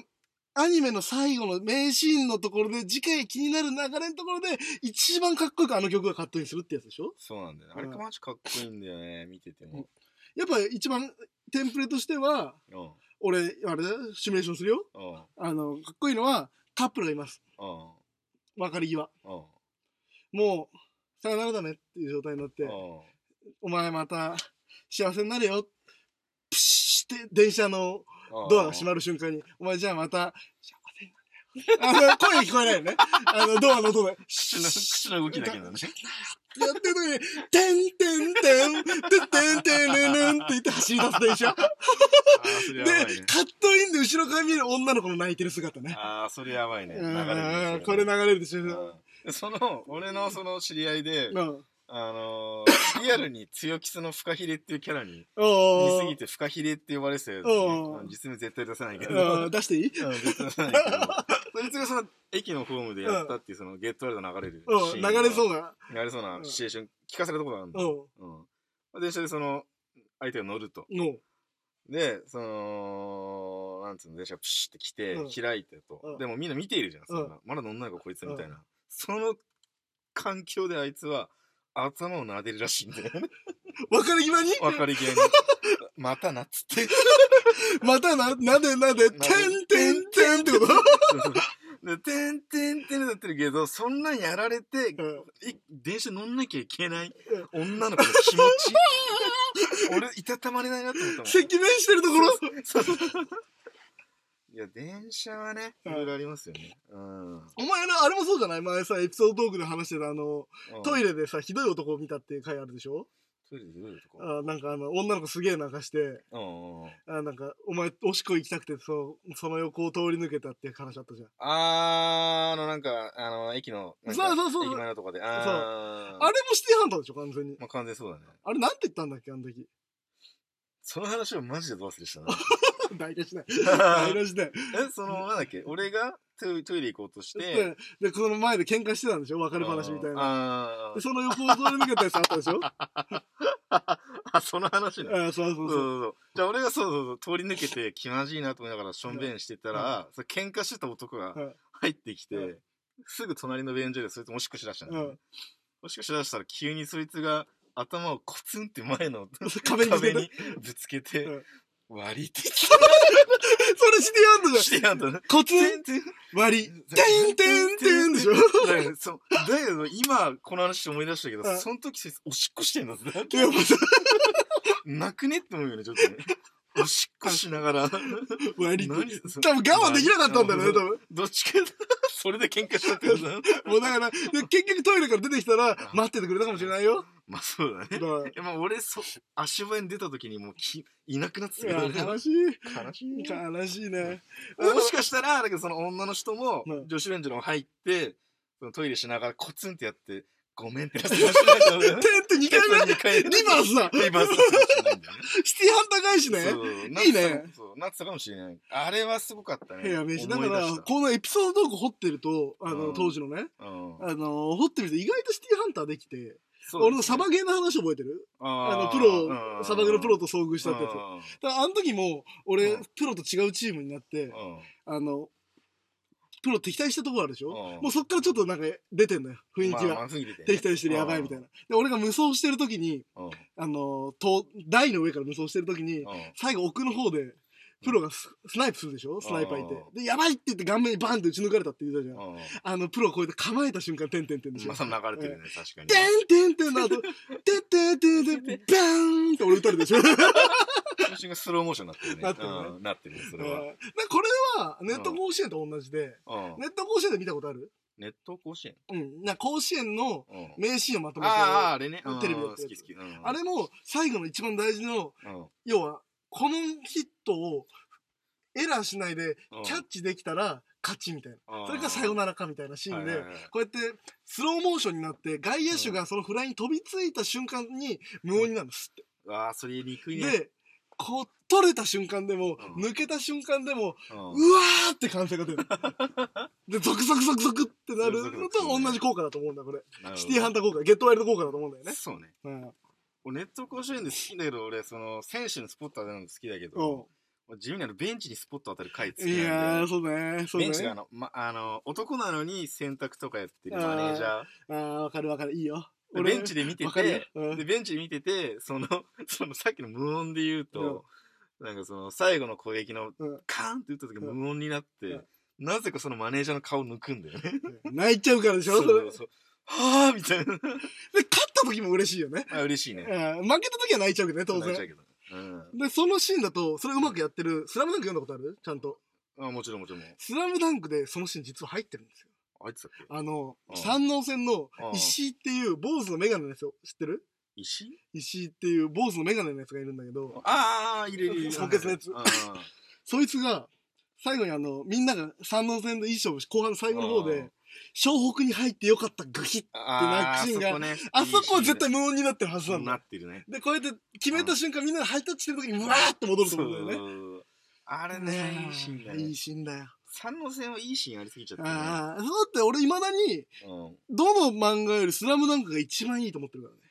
Speaker 1: アニメの最後の名シーンのところで、次回気になる流れのところで、一番かっこよくあの曲がカットインするってやつでしょ
Speaker 2: そうなんだよね。あれ
Speaker 1: うん
Speaker 2: マジかっこいいんだよね、見てても。
Speaker 1: やっぱ一番テンプレとしては、
Speaker 2: うん。うん。
Speaker 1: 俺、あれだよシミュレーションするよ。
Speaker 2: うん。
Speaker 1: あの、かっこいいのは、カップルがいます。別れ際。
Speaker 2: うん。
Speaker 1: もう、さよならだねっていう状態になって、
Speaker 2: うん。
Speaker 1: お前また幸せになれよ。プシュって電車のドアが閉まる瞬間に、お前じゃあまた幸あの、声が聞こえないよね。あの、ドアの音で。
Speaker 2: 口の、口の動きだけだね。
Speaker 1: やってる時に、てんてんてん、てってんてんねんねんって言って走り出す電車。
Speaker 2: あー、
Speaker 1: で
Speaker 2: それやばいね、。
Speaker 1: カットインで後ろから見える女の子の泣いてる姿ね。
Speaker 2: ああ、それやばいね。流れ
Speaker 1: あ
Speaker 2: る
Speaker 1: ー
Speaker 2: ね
Speaker 1: これ流れるでしょ。う
Speaker 2: うんその、俺のその知り合いで、
Speaker 1: ん。
Speaker 2: あのー、リアルに強キスのフカヒレっていうキャラに、似
Speaker 1: お
Speaker 2: す
Speaker 1: ー
Speaker 2: ぎてフカヒレって呼ばれてたよ、
Speaker 1: おう
Speaker 2: ね。実名絶対出さないけど。
Speaker 1: あー出していい
Speaker 2: うん絶対出さな いけど。そいつがその、駅のホームでやったっていう、その、ゲットワールド流れる
Speaker 1: うん、
Speaker 2: シーンが。。
Speaker 1: 流れそううな。
Speaker 2: 流れそうなシチュエーション、聞かされたことがあるん
Speaker 1: う。
Speaker 2: だ
Speaker 1: ん。
Speaker 2: うん。電車でその、相手が乗ると。
Speaker 1: の、
Speaker 2: で、その、なんつうの、電車がプシュって来て
Speaker 1: うん、
Speaker 2: 開いてと。
Speaker 1: うん
Speaker 2: でもみんな見ているじゃん、そんな。まだ乗んないか、こいつみたいな。その環境であいつは、頭を撫でるらしいんだよ ね。
Speaker 1: 別れ際に
Speaker 2: 別れ際に。またなっつ って。
Speaker 1: またな、なでなで、てんてんてんってこと
Speaker 2: で、てんてんてんだってるけど、そんなんやられて、
Speaker 1: うん
Speaker 2: え、電車乗んなきゃいけない
Speaker 1: うん
Speaker 2: 女の子の気持 ち。俺、いたたまれないなって思ったもん。
Speaker 1: 赤面してるところ
Speaker 2: いや、電車はね、
Speaker 1: う
Speaker 2: い
Speaker 1: ん
Speaker 2: ろいろありますよね。うん。
Speaker 1: お前の、あれもそうじゃない前さ、エピソードトークで話してたあの、トイ
Speaker 2: レ。
Speaker 1: レでさ、ひどい男を見たっていう回あるでしょ
Speaker 2: トイレでどういうとこ
Speaker 1: あなんかあの、女の子すげえ泣かして、
Speaker 2: うんうんうん。
Speaker 1: あなんか、お前、おしっこ行きたくて、そう、その横を通り抜けたっていう話あったじゃん。
Speaker 2: あー、あの、なんか、あの、駅の、なんか
Speaker 1: そうそうそう
Speaker 2: 駅前のとこで。あー
Speaker 1: あれも指定犯だでしょ完全に。
Speaker 2: まあ、完全にそうだね。
Speaker 1: あれなんて言ったんだっけあの時。
Speaker 2: その話をマジでどう忘れしたな。
Speaker 1: 大体し ない。大体しない。
Speaker 2: え、その、なんだっけ、俺がトイトイレ行こうとして、
Speaker 1: で、でこの前で喧嘩してたんでしょ別れ話みたいな。
Speaker 2: な
Speaker 1: で、その横を通り抜けたやつあったでしょ
Speaker 2: あ、その話ね。
Speaker 1: ああ、そうそ
Speaker 2: そう
Speaker 1: そう。
Speaker 2: うそうそう。じゃあ俺がそうそうそう、通り抜けて気まじいなと思いながらしょんべんしてたら、その喧嘩してた男が
Speaker 1: うん
Speaker 2: 入ってきて、
Speaker 1: うん
Speaker 2: すぐ隣の便所でそいつもおしっこしだしたんだよ
Speaker 1: う
Speaker 2: ね。おしっこしだしたら急にそいつが頭をコツンって前の
Speaker 1: 壁にぶつけ
Speaker 2: 壁
Speaker 1: た
Speaker 2: にぶつけて、
Speaker 1: うん
Speaker 2: 割りってき
Speaker 1: それしてやんのじゃ
Speaker 2: た
Speaker 1: ん。
Speaker 2: してやんだね。
Speaker 1: コツ
Speaker 2: て
Speaker 1: ン
Speaker 2: んてん
Speaker 1: 割り。てんてんてんでしょ
Speaker 2: だからそうだけど今この話思い出したけど、
Speaker 1: うん
Speaker 2: その時そいつおしっこしてんだぜ。
Speaker 1: いやもうさ
Speaker 2: なくねって思うよね、ちょっとね。おしっこしながら。
Speaker 1: 割り。
Speaker 2: 何
Speaker 1: 多分我慢できなかったんだろうね、多分。
Speaker 2: どっちか、 それで喧嘩したってことだな。
Speaker 1: もうだ から、で結局トイレから出てきたら、待っててくれたかもしれないよ。
Speaker 2: まあそうだ
Speaker 1: だ
Speaker 2: ね。えまあ俺、そ、足早に出た時にもうき、いなくなってた
Speaker 1: い
Speaker 2: け
Speaker 1: や
Speaker 2: どね。
Speaker 1: 悲しい。
Speaker 2: 悲しいね
Speaker 1: 悲しいね。
Speaker 2: もしかしたら、だけどその女の人も
Speaker 1: う、ん
Speaker 2: 女子レンジの方入って、そのトイレしながらコツンってやって、ごめんってやって ました
Speaker 1: てん
Speaker 2: ね。
Speaker 1: てん2回目
Speaker 2: 二回目
Speaker 1: リバースだ
Speaker 2: リバースかもしれないんだよね
Speaker 1: シティハンター返しね。
Speaker 2: そう
Speaker 1: いいね。
Speaker 2: そうなってたかもしれない。あれはすごかったね。
Speaker 1: いや、飯だか
Speaker 2: 思い出
Speaker 1: ら
Speaker 2: し、た
Speaker 1: このエピソードトーク掘ってると、あ
Speaker 2: う
Speaker 1: の、
Speaker 2: ん
Speaker 1: 当時のね、
Speaker 2: うん
Speaker 1: あの、掘ってみると意外とシティハンターできて、
Speaker 2: そうですね
Speaker 1: 俺のサバゲーの話覚えてるあの、
Speaker 2: あー
Speaker 1: プロ、サバゲーのプロと遭遇したってやつ。だか
Speaker 2: や
Speaker 1: らあの時も、俺
Speaker 2: うん、
Speaker 1: プロと違うチームになって、あの、プロ敵対したとこあるでしょもうそっからちょっとなんか出てんのよ、雰囲気
Speaker 2: まあ、
Speaker 1: は。
Speaker 2: まずいでてね
Speaker 1: 敵対してるやばいみたいな。で、俺が無双してる時に、
Speaker 2: うんうん
Speaker 1: あの、と、台の上から無双してる時に、最後奥の方で、プロがススナイプするでしょスナイパーいて
Speaker 2: う。
Speaker 1: で、やばいって言って顔面にバンって打ち抜かれたって言うたじゃん。
Speaker 2: うん
Speaker 1: あの、プロを超えて構えた瞬間、てんてんてんでし
Speaker 2: ま
Speaker 1: ょ
Speaker 2: あ、。その流れてるね、確かに。
Speaker 1: てんてんてんの後、ててんてんて んてん、バーンって俺打たれたでしょ。うん
Speaker 2: 写真がスローモーションになってるね。
Speaker 1: なってるね
Speaker 2: うんなってるね、そ
Speaker 1: だか
Speaker 2: れは。
Speaker 1: らこれは、ネット甲子園と同じで、
Speaker 2: うん
Speaker 1: ネット甲子園で見たことある
Speaker 2: ネット甲子園
Speaker 1: うん。なんか甲子園の
Speaker 2: うん
Speaker 1: 名シーンをまとめて
Speaker 2: あー、
Speaker 1: あ
Speaker 2: あれね。うん
Speaker 1: テレビでやっ
Speaker 2: 好
Speaker 1: てるやつ
Speaker 2: き好き。うん
Speaker 1: れも、最後の一番大事の、
Speaker 2: うんうん
Speaker 1: 要は、このヒットを、エラーしないで、キャッチできたら、勝ちみたいな。それからさよならかみたいなシーン
Speaker 2: は
Speaker 1: で
Speaker 2: いはいはい、
Speaker 1: こうやって、スローモーションになって、外野手がそのフライに飛びついた瞬間に、無音になるんです。
Speaker 2: うわあ、それにくいね。
Speaker 1: で、こう、取れた瞬間でも、
Speaker 2: うん
Speaker 1: 抜けた瞬間でも、
Speaker 2: う
Speaker 1: うんわーって歓声が出る。で、ゾクゾクゾクゾクってなるのと同じ効果だと思うんだ、これ。
Speaker 2: なるほど
Speaker 1: シティハンター効果、ゲットワイルド効果だと思うんだよね。
Speaker 2: そうね。
Speaker 1: うん。
Speaker 2: 俺ネット甲子園で好きだけど、俺、その、選手のスポット当てるの好きだけ
Speaker 1: お
Speaker 2: ど、地味にあの、ベンチにスポット当たる回好き
Speaker 1: い
Speaker 2: なん
Speaker 1: や
Speaker 2: で
Speaker 1: ー、そうね、そう
Speaker 2: ベンチがあ
Speaker 1: ね。
Speaker 2: の、ま、あの、男なのに洗濯とかやってるマネージャー。
Speaker 1: あー、わかるわかる、いいよ。
Speaker 2: でベンチで見て
Speaker 1: わかるよ
Speaker 2: て、
Speaker 1: うん
Speaker 2: で、ベンチで見てて、その、 そのさっきの無音で言うと、なんかその、最後の攻撃の
Speaker 1: うん、
Speaker 2: カーンって打った時
Speaker 1: うん
Speaker 2: 無音になっ
Speaker 1: う
Speaker 2: て、なぜかそのマネージャーの顔抜くんだよね。
Speaker 1: 泣いちゃうからでしょそ
Speaker 2: そ
Speaker 1: うれ
Speaker 2: そうそう。はぁみたいな。
Speaker 1: で、勝った時も嬉しいよね。
Speaker 2: あ、嬉しい
Speaker 1: うん
Speaker 2: ね。
Speaker 1: 負けた時は泣いちゃうけどね、当
Speaker 2: 泣いちゃう
Speaker 1: 然。
Speaker 2: けど。うん。
Speaker 1: で、そのシーンだと、それうまくやってる、スラムダンク読んだことあるちゃんと。
Speaker 2: あもちろんもちろん。
Speaker 1: スラムダンクでそのシーン実は入ってるんですよ。
Speaker 2: あいつだっけ
Speaker 1: あの
Speaker 2: う、ん
Speaker 1: 山王戦の
Speaker 2: うん
Speaker 1: 石井っていう坊主のメガネのやつを知ってる
Speaker 2: 石
Speaker 1: 石井っていう坊主のメガネのやつがいるんだけど、
Speaker 2: ああ、入れる入れる。
Speaker 1: 即決のやつ
Speaker 2: うんうん
Speaker 1: そいつが、最後にあの、みんなが山王戦でいい勝負し、後半の最後の方
Speaker 2: う
Speaker 1: で
Speaker 2: ん、
Speaker 1: 湘北に入ってよかった、グヒッ。
Speaker 2: あーあ
Speaker 1: ってなるシーンが
Speaker 2: そこね。
Speaker 1: あそこは絶対
Speaker 2: いい
Speaker 1: 無音になってるは
Speaker 2: シ
Speaker 1: ず
Speaker 2: ー
Speaker 1: な
Speaker 2: ン
Speaker 1: ん
Speaker 2: だな
Speaker 1: だ。
Speaker 2: ってるね。
Speaker 1: で、こうやって決めた瞬間みんなでハイタッチしてる時に、うわーって戻ると思うんだよね。
Speaker 2: そうあれ
Speaker 1: ね
Speaker 2: ね
Speaker 1: え、
Speaker 2: いいシーンだ
Speaker 1: い
Speaker 2: ね
Speaker 1: い。シーンだよ。
Speaker 2: 三の線はいいシーンありすぎちゃったね。
Speaker 1: ああ、そうだって俺未だに、
Speaker 2: うん
Speaker 1: どの漫画よりスラムダンクが一番いいと思ってるからね。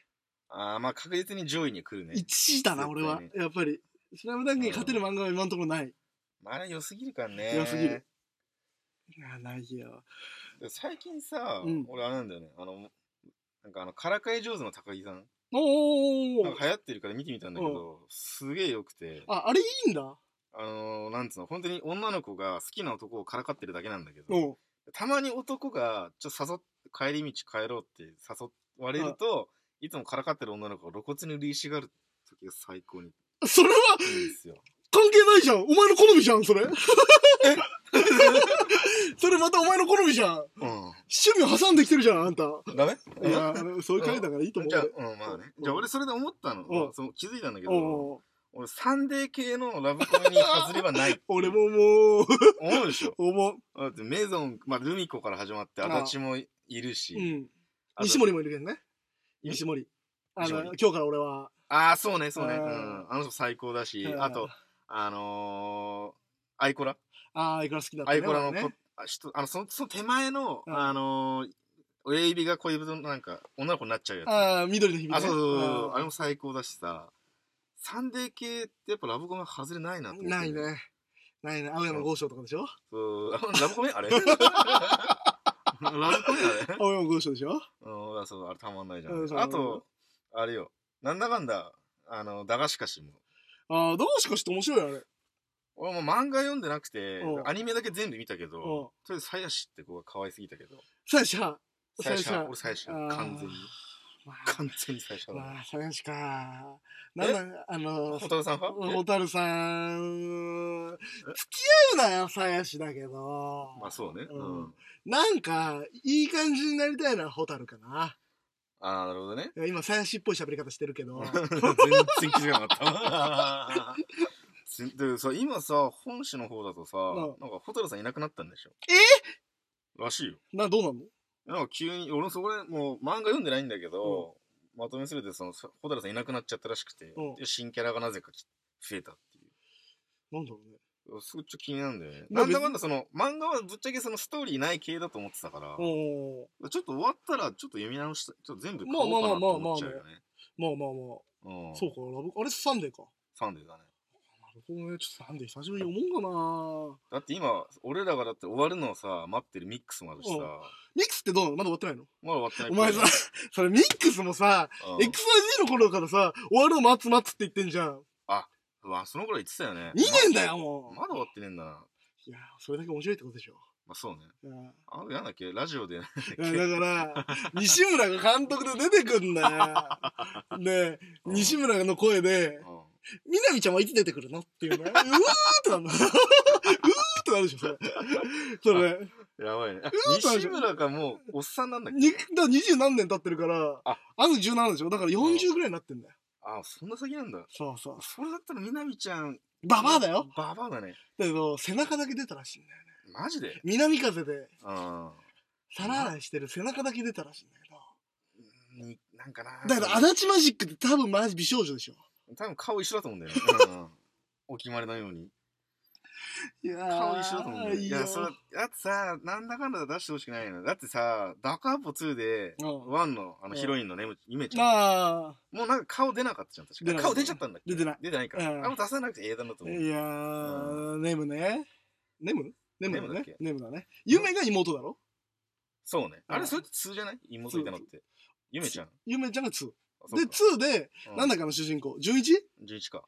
Speaker 2: ああ、まあ確実に上位に来るね。
Speaker 1: 1位だな、
Speaker 2: 絶
Speaker 1: 俺
Speaker 2: 対ね
Speaker 1: は。やっぱり。スラムダンクに勝てる漫画は今のところない。
Speaker 2: まああれ良すぎるからね。
Speaker 1: 良すぎる。いや、ないよ。
Speaker 2: で最近さ、
Speaker 1: うん
Speaker 2: 俺あれなんだよね。あの、なんかあの、からかい上手の高木さん。
Speaker 1: お
Speaker 2: なん
Speaker 1: ー
Speaker 2: か流行ってるから見てみたんだけど、すげえ良くて。
Speaker 1: あ、あれいいんだ。
Speaker 2: あのー、なんつうの、本当に女の子が好きな男をからかってるだけなんだけど、
Speaker 1: おう
Speaker 2: たまに男が、ちょっと誘っ帰り道帰ろうって誘われると、いつもからかってる女の子が露骨に嬉しがる時が最高にい
Speaker 1: それはい
Speaker 2: んですよ。
Speaker 1: 関係ないじゃん。お前の好みじゃん、それ。 それまたお前の好みじゃん。
Speaker 2: う
Speaker 1: 趣味を挟んできてるじゃん、あんた。
Speaker 2: ん。ダメ
Speaker 1: いや、あのそういう回だからいいと思う
Speaker 2: じゃあ
Speaker 1: よ。、
Speaker 2: うん、まあね。じゃあ俺それで思った
Speaker 1: う
Speaker 2: の。
Speaker 1: ん
Speaker 2: その気づいたんだけど、
Speaker 1: おう
Speaker 2: 俺サンデー系のラブコメに外れはない っていう。
Speaker 1: 俺ももう、
Speaker 2: 思うでしょ。
Speaker 1: 思う。
Speaker 2: だってメゾン、まあルミ子から始まって、
Speaker 1: ああ
Speaker 2: 足立もいるし。
Speaker 1: うん。
Speaker 2: あと
Speaker 1: 西森もいるけどね。
Speaker 2: え
Speaker 1: 西森。あ
Speaker 2: 西
Speaker 1: の、
Speaker 2: 森
Speaker 1: 今日から俺は。
Speaker 2: ああ、そうね、そうね。
Speaker 1: あ
Speaker 2: う
Speaker 1: ー
Speaker 2: ん。あの人最高だし
Speaker 1: う、ん
Speaker 2: あと、あのー、アイコラ
Speaker 1: ああ、いくら好きだった
Speaker 2: ア
Speaker 1: ね。
Speaker 2: イコラの
Speaker 1: 俺
Speaker 2: こ
Speaker 1: ね、
Speaker 2: あ人、あの、その、その手前の、
Speaker 1: うん
Speaker 2: あのー、親指が恋人のなんか、女の子になっちゃうやつ。あ、
Speaker 1: ああ、緑の日々、ね。
Speaker 2: そうそうそう
Speaker 1: あ
Speaker 2: あ
Speaker 1: ー
Speaker 2: れも最高だしさ、サンデー系ってやっぱラブコメ外れないなって思って
Speaker 1: ない。ね。ないね。青山豪昌とかでしょ
Speaker 2: そう、 あラブコメ あれラブコメあれ
Speaker 1: 青山豪昌でしょ
Speaker 2: うん、あそう、あれたまんないじゃ
Speaker 1: うん
Speaker 2: ん
Speaker 1: そ。う
Speaker 2: あと、あれよ、なんだかんだ、あの、だがしかしも。
Speaker 1: ああ、どうしかして面白いよあれ。
Speaker 2: 俺も漫画読んでなくて
Speaker 1: う、ん
Speaker 2: アニメだけ全部見たけど、
Speaker 1: うん
Speaker 2: とりあえず、鞘師って子が可愛すぎたけど、
Speaker 1: さやしは。
Speaker 2: 鞘師
Speaker 1: 鞘
Speaker 2: は
Speaker 1: 師
Speaker 2: 俺鞘師
Speaker 1: あー
Speaker 2: は完全に。
Speaker 1: まあ
Speaker 2: 完全に鞘師派だ
Speaker 1: ま
Speaker 2: ね。
Speaker 1: あ、さやしか。なんだ、あの、
Speaker 2: 蛍さん
Speaker 1: ホ
Speaker 2: 派
Speaker 1: タルさん、付き合うなよ、さやしだけど。
Speaker 2: まあそうね。う
Speaker 1: うん
Speaker 2: ん。
Speaker 1: なんか、いい感じになりたいのはホタルかな。
Speaker 2: ああ、なるほどね。
Speaker 1: 今、さやしっぽい喋り方してるけど。
Speaker 2: 全然気づかなかった。でさ、今さ、本誌の方だとさ、
Speaker 1: ん
Speaker 2: なんか蛍さんいなくなったんでしょらしいよ。
Speaker 1: な、どうなの
Speaker 2: なんか急に、俺もそこでもう漫画読んでないんだけど、まとめするでその、蛍さんいなくなっちゃったらしくて
Speaker 1: うん、
Speaker 2: で新キャラがなぜかき増えたっていう。
Speaker 1: なんだろうね。
Speaker 2: すごいちょっと気になるんだよね。
Speaker 1: まあ
Speaker 2: なんだかんだその、漫画はぶっちゃけそのストーリーない系だと思ってたから、
Speaker 1: おー
Speaker 2: ちょっと終わったらちょっと読み直した、ちょっと全部買
Speaker 1: まあ
Speaker 2: おう
Speaker 1: まあ
Speaker 2: か
Speaker 1: ま
Speaker 2: な
Speaker 1: あ
Speaker 2: と思っちゃうよね。
Speaker 1: まあまあまあ。
Speaker 2: うん。
Speaker 1: そうか、ラブ、あれサンデーか。
Speaker 2: サンデーだね。
Speaker 1: なるほどね。ちょっとサンデー久しぶりに思うかな
Speaker 2: だって今、俺らがだって終わるのをさ、待ってるミックスもあるしさ、
Speaker 1: うん
Speaker 2: ま
Speaker 1: ミックスってどうなのまだ終わってないの
Speaker 2: だ終わってない
Speaker 1: お前さ、それミックスもさ、
Speaker 2: うん
Speaker 1: XYZ の頃からさ、終わるの待つ待つって言ってんじゃん。
Speaker 2: うわ、その頃言ってたよね。
Speaker 1: 2年だよ、も
Speaker 2: ま
Speaker 1: う。
Speaker 2: まだ終わってねえんだな。
Speaker 1: いや、それだけ面白いってことでしょ。
Speaker 2: まあそうね。
Speaker 1: うん
Speaker 2: あの、なんだっけ、ラジオで。
Speaker 1: いやだ から、西村が監督で出てくんだよ。で、
Speaker 2: うん
Speaker 1: 西村の声で
Speaker 2: う、ん
Speaker 1: みなみちゃんはいつ出てくるのっていうね。うわ ーってなるの。うわ ーってなるでしょ、それ。それ。
Speaker 2: やばいね。
Speaker 1: ー
Speaker 2: 西村がもう、おっさんなんだっけ
Speaker 1: に、だから二十何年経ってるから、あ
Speaker 2: あ
Speaker 1: の17でしょだから40ぐらいになってんだよ。
Speaker 2: あ、そんな先なんだ。
Speaker 1: そうそう。
Speaker 2: それだったらみなみちゃん。
Speaker 1: ババアだよ。。
Speaker 2: ババアだね。
Speaker 1: だけど、背中だけ出たらしいんだよね。
Speaker 2: マジで
Speaker 1: 南風で、
Speaker 2: うん。
Speaker 1: 皿洗いしてる背中だけ出たらしいんだけど。
Speaker 2: になんかな。
Speaker 1: だけど、足立マジックって多分マジ美少女でしょ。
Speaker 2: 多分顔一緒だと思うん だよね。うんお決まりのように。
Speaker 1: いやー
Speaker 2: 顔一緒だと思うんだよ。
Speaker 1: い
Speaker 2: い
Speaker 1: いよ
Speaker 2: や、それ、だってさ、なんだかんだ出してほしくないよね。だってさ、ダカーポ2で、
Speaker 1: うん
Speaker 2: ワンのあ
Speaker 1: うん
Speaker 2: のヒロインのね、ゆめちゃん。
Speaker 1: まあ、
Speaker 2: もうなんか顔出なかったじゃん、確
Speaker 1: 出な
Speaker 2: か
Speaker 1: かった
Speaker 2: 顔出ちゃったんだっけ
Speaker 1: 出てない
Speaker 2: 出てないか
Speaker 1: うん
Speaker 2: ら。あの出さなくて英断だと
Speaker 1: い
Speaker 2: 思う。
Speaker 1: やー、ネムね。ネムネムだ
Speaker 2: ネムだ
Speaker 1: ね
Speaker 2: っけ。
Speaker 1: ネムだね。夢が妹だろ
Speaker 2: そうね。あ
Speaker 1: うん
Speaker 2: れ、それって2じゃない妹いたのって。ゆめちゃん。
Speaker 1: 夢ちゃんが2。
Speaker 2: あ
Speaker 1: で、2で、なんだ
Speaker 2: だ
Speaker 1: っけあの主人公。11?11
Speaker 2: ?11 か。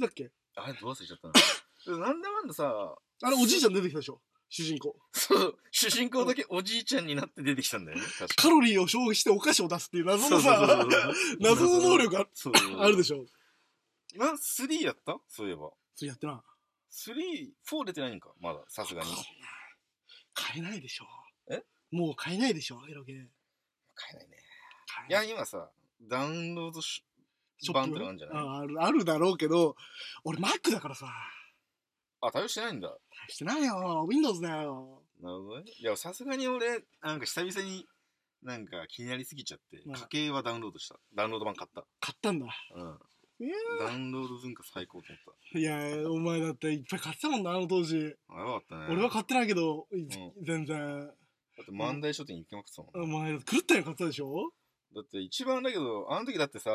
Speaker 1: だっけ
Speaker 2: あれ、どう忘れち ゃったのなんだかんださ、
Speaker 1: あれ、おじいちゃん出てきたでしょ主人公。
Speaker 2: そう、主人公だけおじいちゃんになって出てきたんだよね。確か
Speaker 1: カロリーを消費してお菓子を出すっていう謎の
Speaker 2: そうそう
Speaker 1: さ
Speaker 2: そう、そう
Speaker 1: 謎の能力が
Speaker 2: そうそうそう
Speaker 1: あるで
Speaker 2: し
Speaker 1: しょ。
Speaker 2: ょ。な、3やったそういえば。
Speaker 1: それやってな。
Speaker 2: 3、4出てないんか、まだ、さすがに
Speaker 1: わ。かんない買えないでしょ。
Speaker 2: え
Speaker 1: もう買えないでしょ、エロゲー。
Speaker 2: 買えないね。
Speaker 1: 買え
Speaker 2: い
Speaker 1: な
Speaker 2: や、今さ、ダウンロードし
Speaker 1: ショッ
Speaker 2: 版
Speaker 1: プ
Speaker 2: ってのあるんじゃない
Speaker 1: ああるあるだろうけど、俺 Mac だからさ、
Speaker 2: あ、対応してないんだ。
Speaker 1: 大してないよ、Windows だよ。
Speaker 2: なるほどね。いや、さすがに俺、なんか久々に、なんか気になりすぎちゃって、
Speaker 1: うん
Speaker 2: 家計はダウンロードした。ダウンロード版買った。
Speaker 1: 買ったんだ。
Speaker 2: うん。
Speaker 1: いや
Speaker 2: ダウンロード文化最高と思っ
Speaker 1: いやー、お前だっていっぱい買ってたもんな、あの当時。
Speaker 2: た。あ、よかったね。
Speaker 1: 俺は買ってないけど、い
Speaker 2: ん
Speaker 1: 全然。
Speaker 2: だって万代書店行きまくってたもんね、
Speaker 1: お前、狂ったように買ったでしょ
Speaker 2: だって一番だけど、あの時だってさ、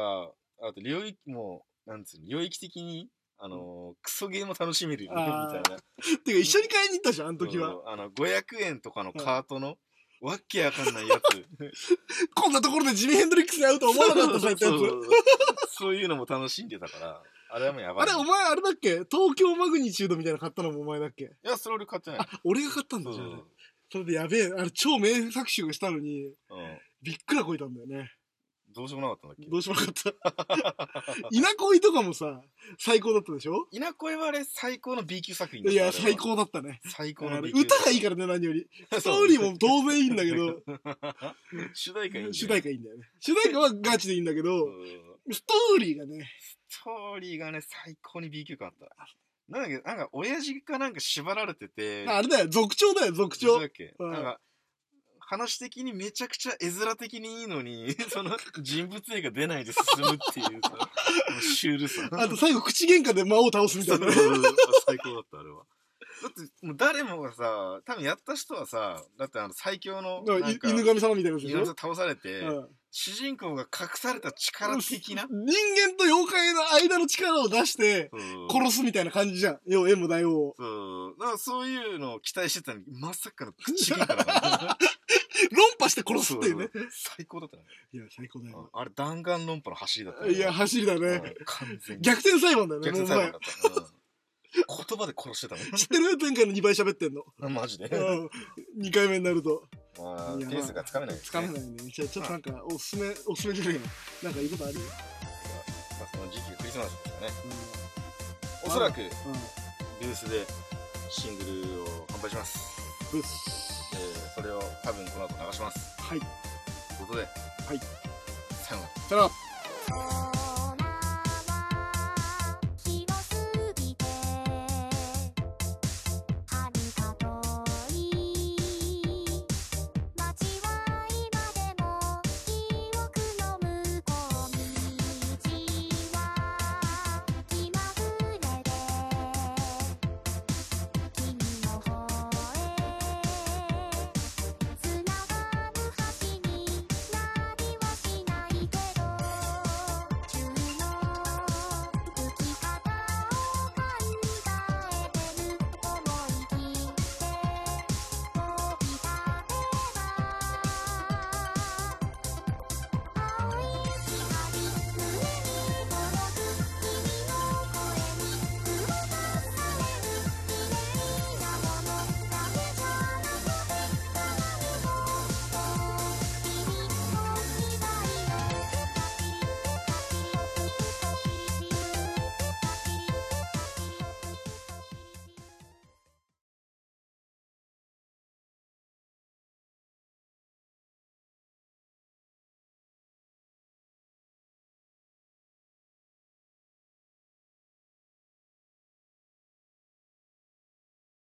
Speaker 2: あと領域、もう、なんつうの、領域的に、あのークソゲーも楽しめるよね、み
Speaker 1: あー
Speaker 2: たいな。
Speaker 1: てか、一緒に買いに行ったじゃん、あの時は
Speaker 2: そ。うあの、500円とかのカートの、わっけわかんない やつ。
Speaker 1: こんなところでジミー・ヘンドリックスに会うとは思わなかったさ、ってや
Speaker 2: そうそ
Speaker 1: つ。
Speaker 2: うそういうのも楽しんでたから、あれはもうやば
Speaker 1: あ
Speaker 2: い。
Speaker 1: れ、お前、あれだっけ東京マグニチュードみたいなの買ったのもお前だっけ
Speaker 2: いや、それ俺買ってない
Speaker 1: あ。、俺が買ったん
Speaker 2: そ
Speaker 1: だ
Speaker 2: う
Speaker 1: じ
Speaker 2: そ
Speaker 1: ゃ
Speaker 2: う
Speaker 1: あ
Speaker 2: そ
Speaker 1: ね
Speaker 2: う。
Speaker 1: それでやべえ、あれ、超名作集がしたのに、
Speaker 2: うん。
Speaker 1: びっくらこいたんだよね。
Speaker 2: どうしようもなかったんだっけ
Speaker 1: どうしようもなか った。稲恋とかもさ、最高だったでしょ
Speaker 2: 稲恋はあれ最高の B 級作品だ
Speaker 1: い
Speaker 2: よ
Speaker 1: や、最。高だったね。
Speaker 2: あれは最高
Speaker 1: あ
Speaker 2: の
Speaker 1: れ
Speaker 2: B 級。
Speaker 1: 歌 がいいからね、何より。ストーリーも当然いいんだけど、
Speaker 2: ら。 主題歌いいんだよ
Speaker 1: 主題歌いいんだよね。主題歌はガチでいいんだけ
Speaker 2: う
Speaker 1: ど、
Speaker 2: ん
Speaker 1: ストーリーがね、
Speaker 2: ストーリーがね、最高に B 級感あった。なんだっけ、なんか親父かなんか縛られてて、
Speaker 1: あれだよ、族長だよ、族長
Speaker 2: だ。っけ、
Speaker 1: うん
Speaker 2: なんか、話的にめちゃくちゃ絵面的にいいのに、 その人物絵が出ないで進むってい うさ、もうシュールさ。
Speaker 1: あと最後、口喧嘩で魔王倒すみた
Speaker 2: そう
Speaker 1: いな
Speaker 2: そう。そうそう最高だった、あれは。だって、もう誰もがさ、多分やった人はさ、だってあの最強の、
Speaker 1: い
Speaker 2: なんか
Speaker 1: 犬神様みたいなやつでし
Speaker 2: 犬
Speaker 1: ょ
Speaker 2: が倒されて、
Speaker 1: うん
Speaker 2: 主人公が隠された力的な、
Speaker 1: 人間と妖怪の間の力を出して、
Speaker 2: そう
Speaker 1: 殺すみたいな感じじゃん。要は、エモ大王を。
Speaker 2: そう。だからそういうのを期待してたのに、まさ かの口喧嘩だから。
Speaker 1: 論破して殺すっていうね。
Speaker 2: そう。最高だったね。
Speaker 1: いや、最高だよ。
Speaker 2: あれ弾丸論破の走りだった、
Speaker 1: いや、走りだ
Speaker 2: うん、
Speaker 1: ね。
Speaker 2: 完全に。
Speaker 1: 逆転裁判だよね、
Speaker 2: 逆
Speaker 1: もうお
Speaker 2: 転裁判
Speaker 1: 前
Speaker 2: だ。った。うん言葉で殺してた
Speaker 1: 知ってる前回の2倍喋ってんの。
Speaker 2: もん。マジで。
Speaker 1: うん。2回目になると。
Speaker 2: まあ
Speaker 1: いや
Speaker 2: ペースがつかめないです
Speaker 1: つ
Speaker 2: ね。
Speaker 1: かめないね。じゃあ、ちょっとなんか、おすすめ、おすすめじゃないよ。なんかいいことある
Speaker 2: まあその時期がクリスマスですからね。
Speaker 1: う
Speaker 2: おそら
Speaker 1: ん。
Speaker 2: く、
Speaker 1: うん。
Speaker 2: ブースでシングルを販売します。
Speaker 1: ブス。
Speaker 2: えーそれを多分この後流します。
Speaker 1: はい。。
Speaker 2: ということで、はいさよなら。
Speaker 1: さよなら。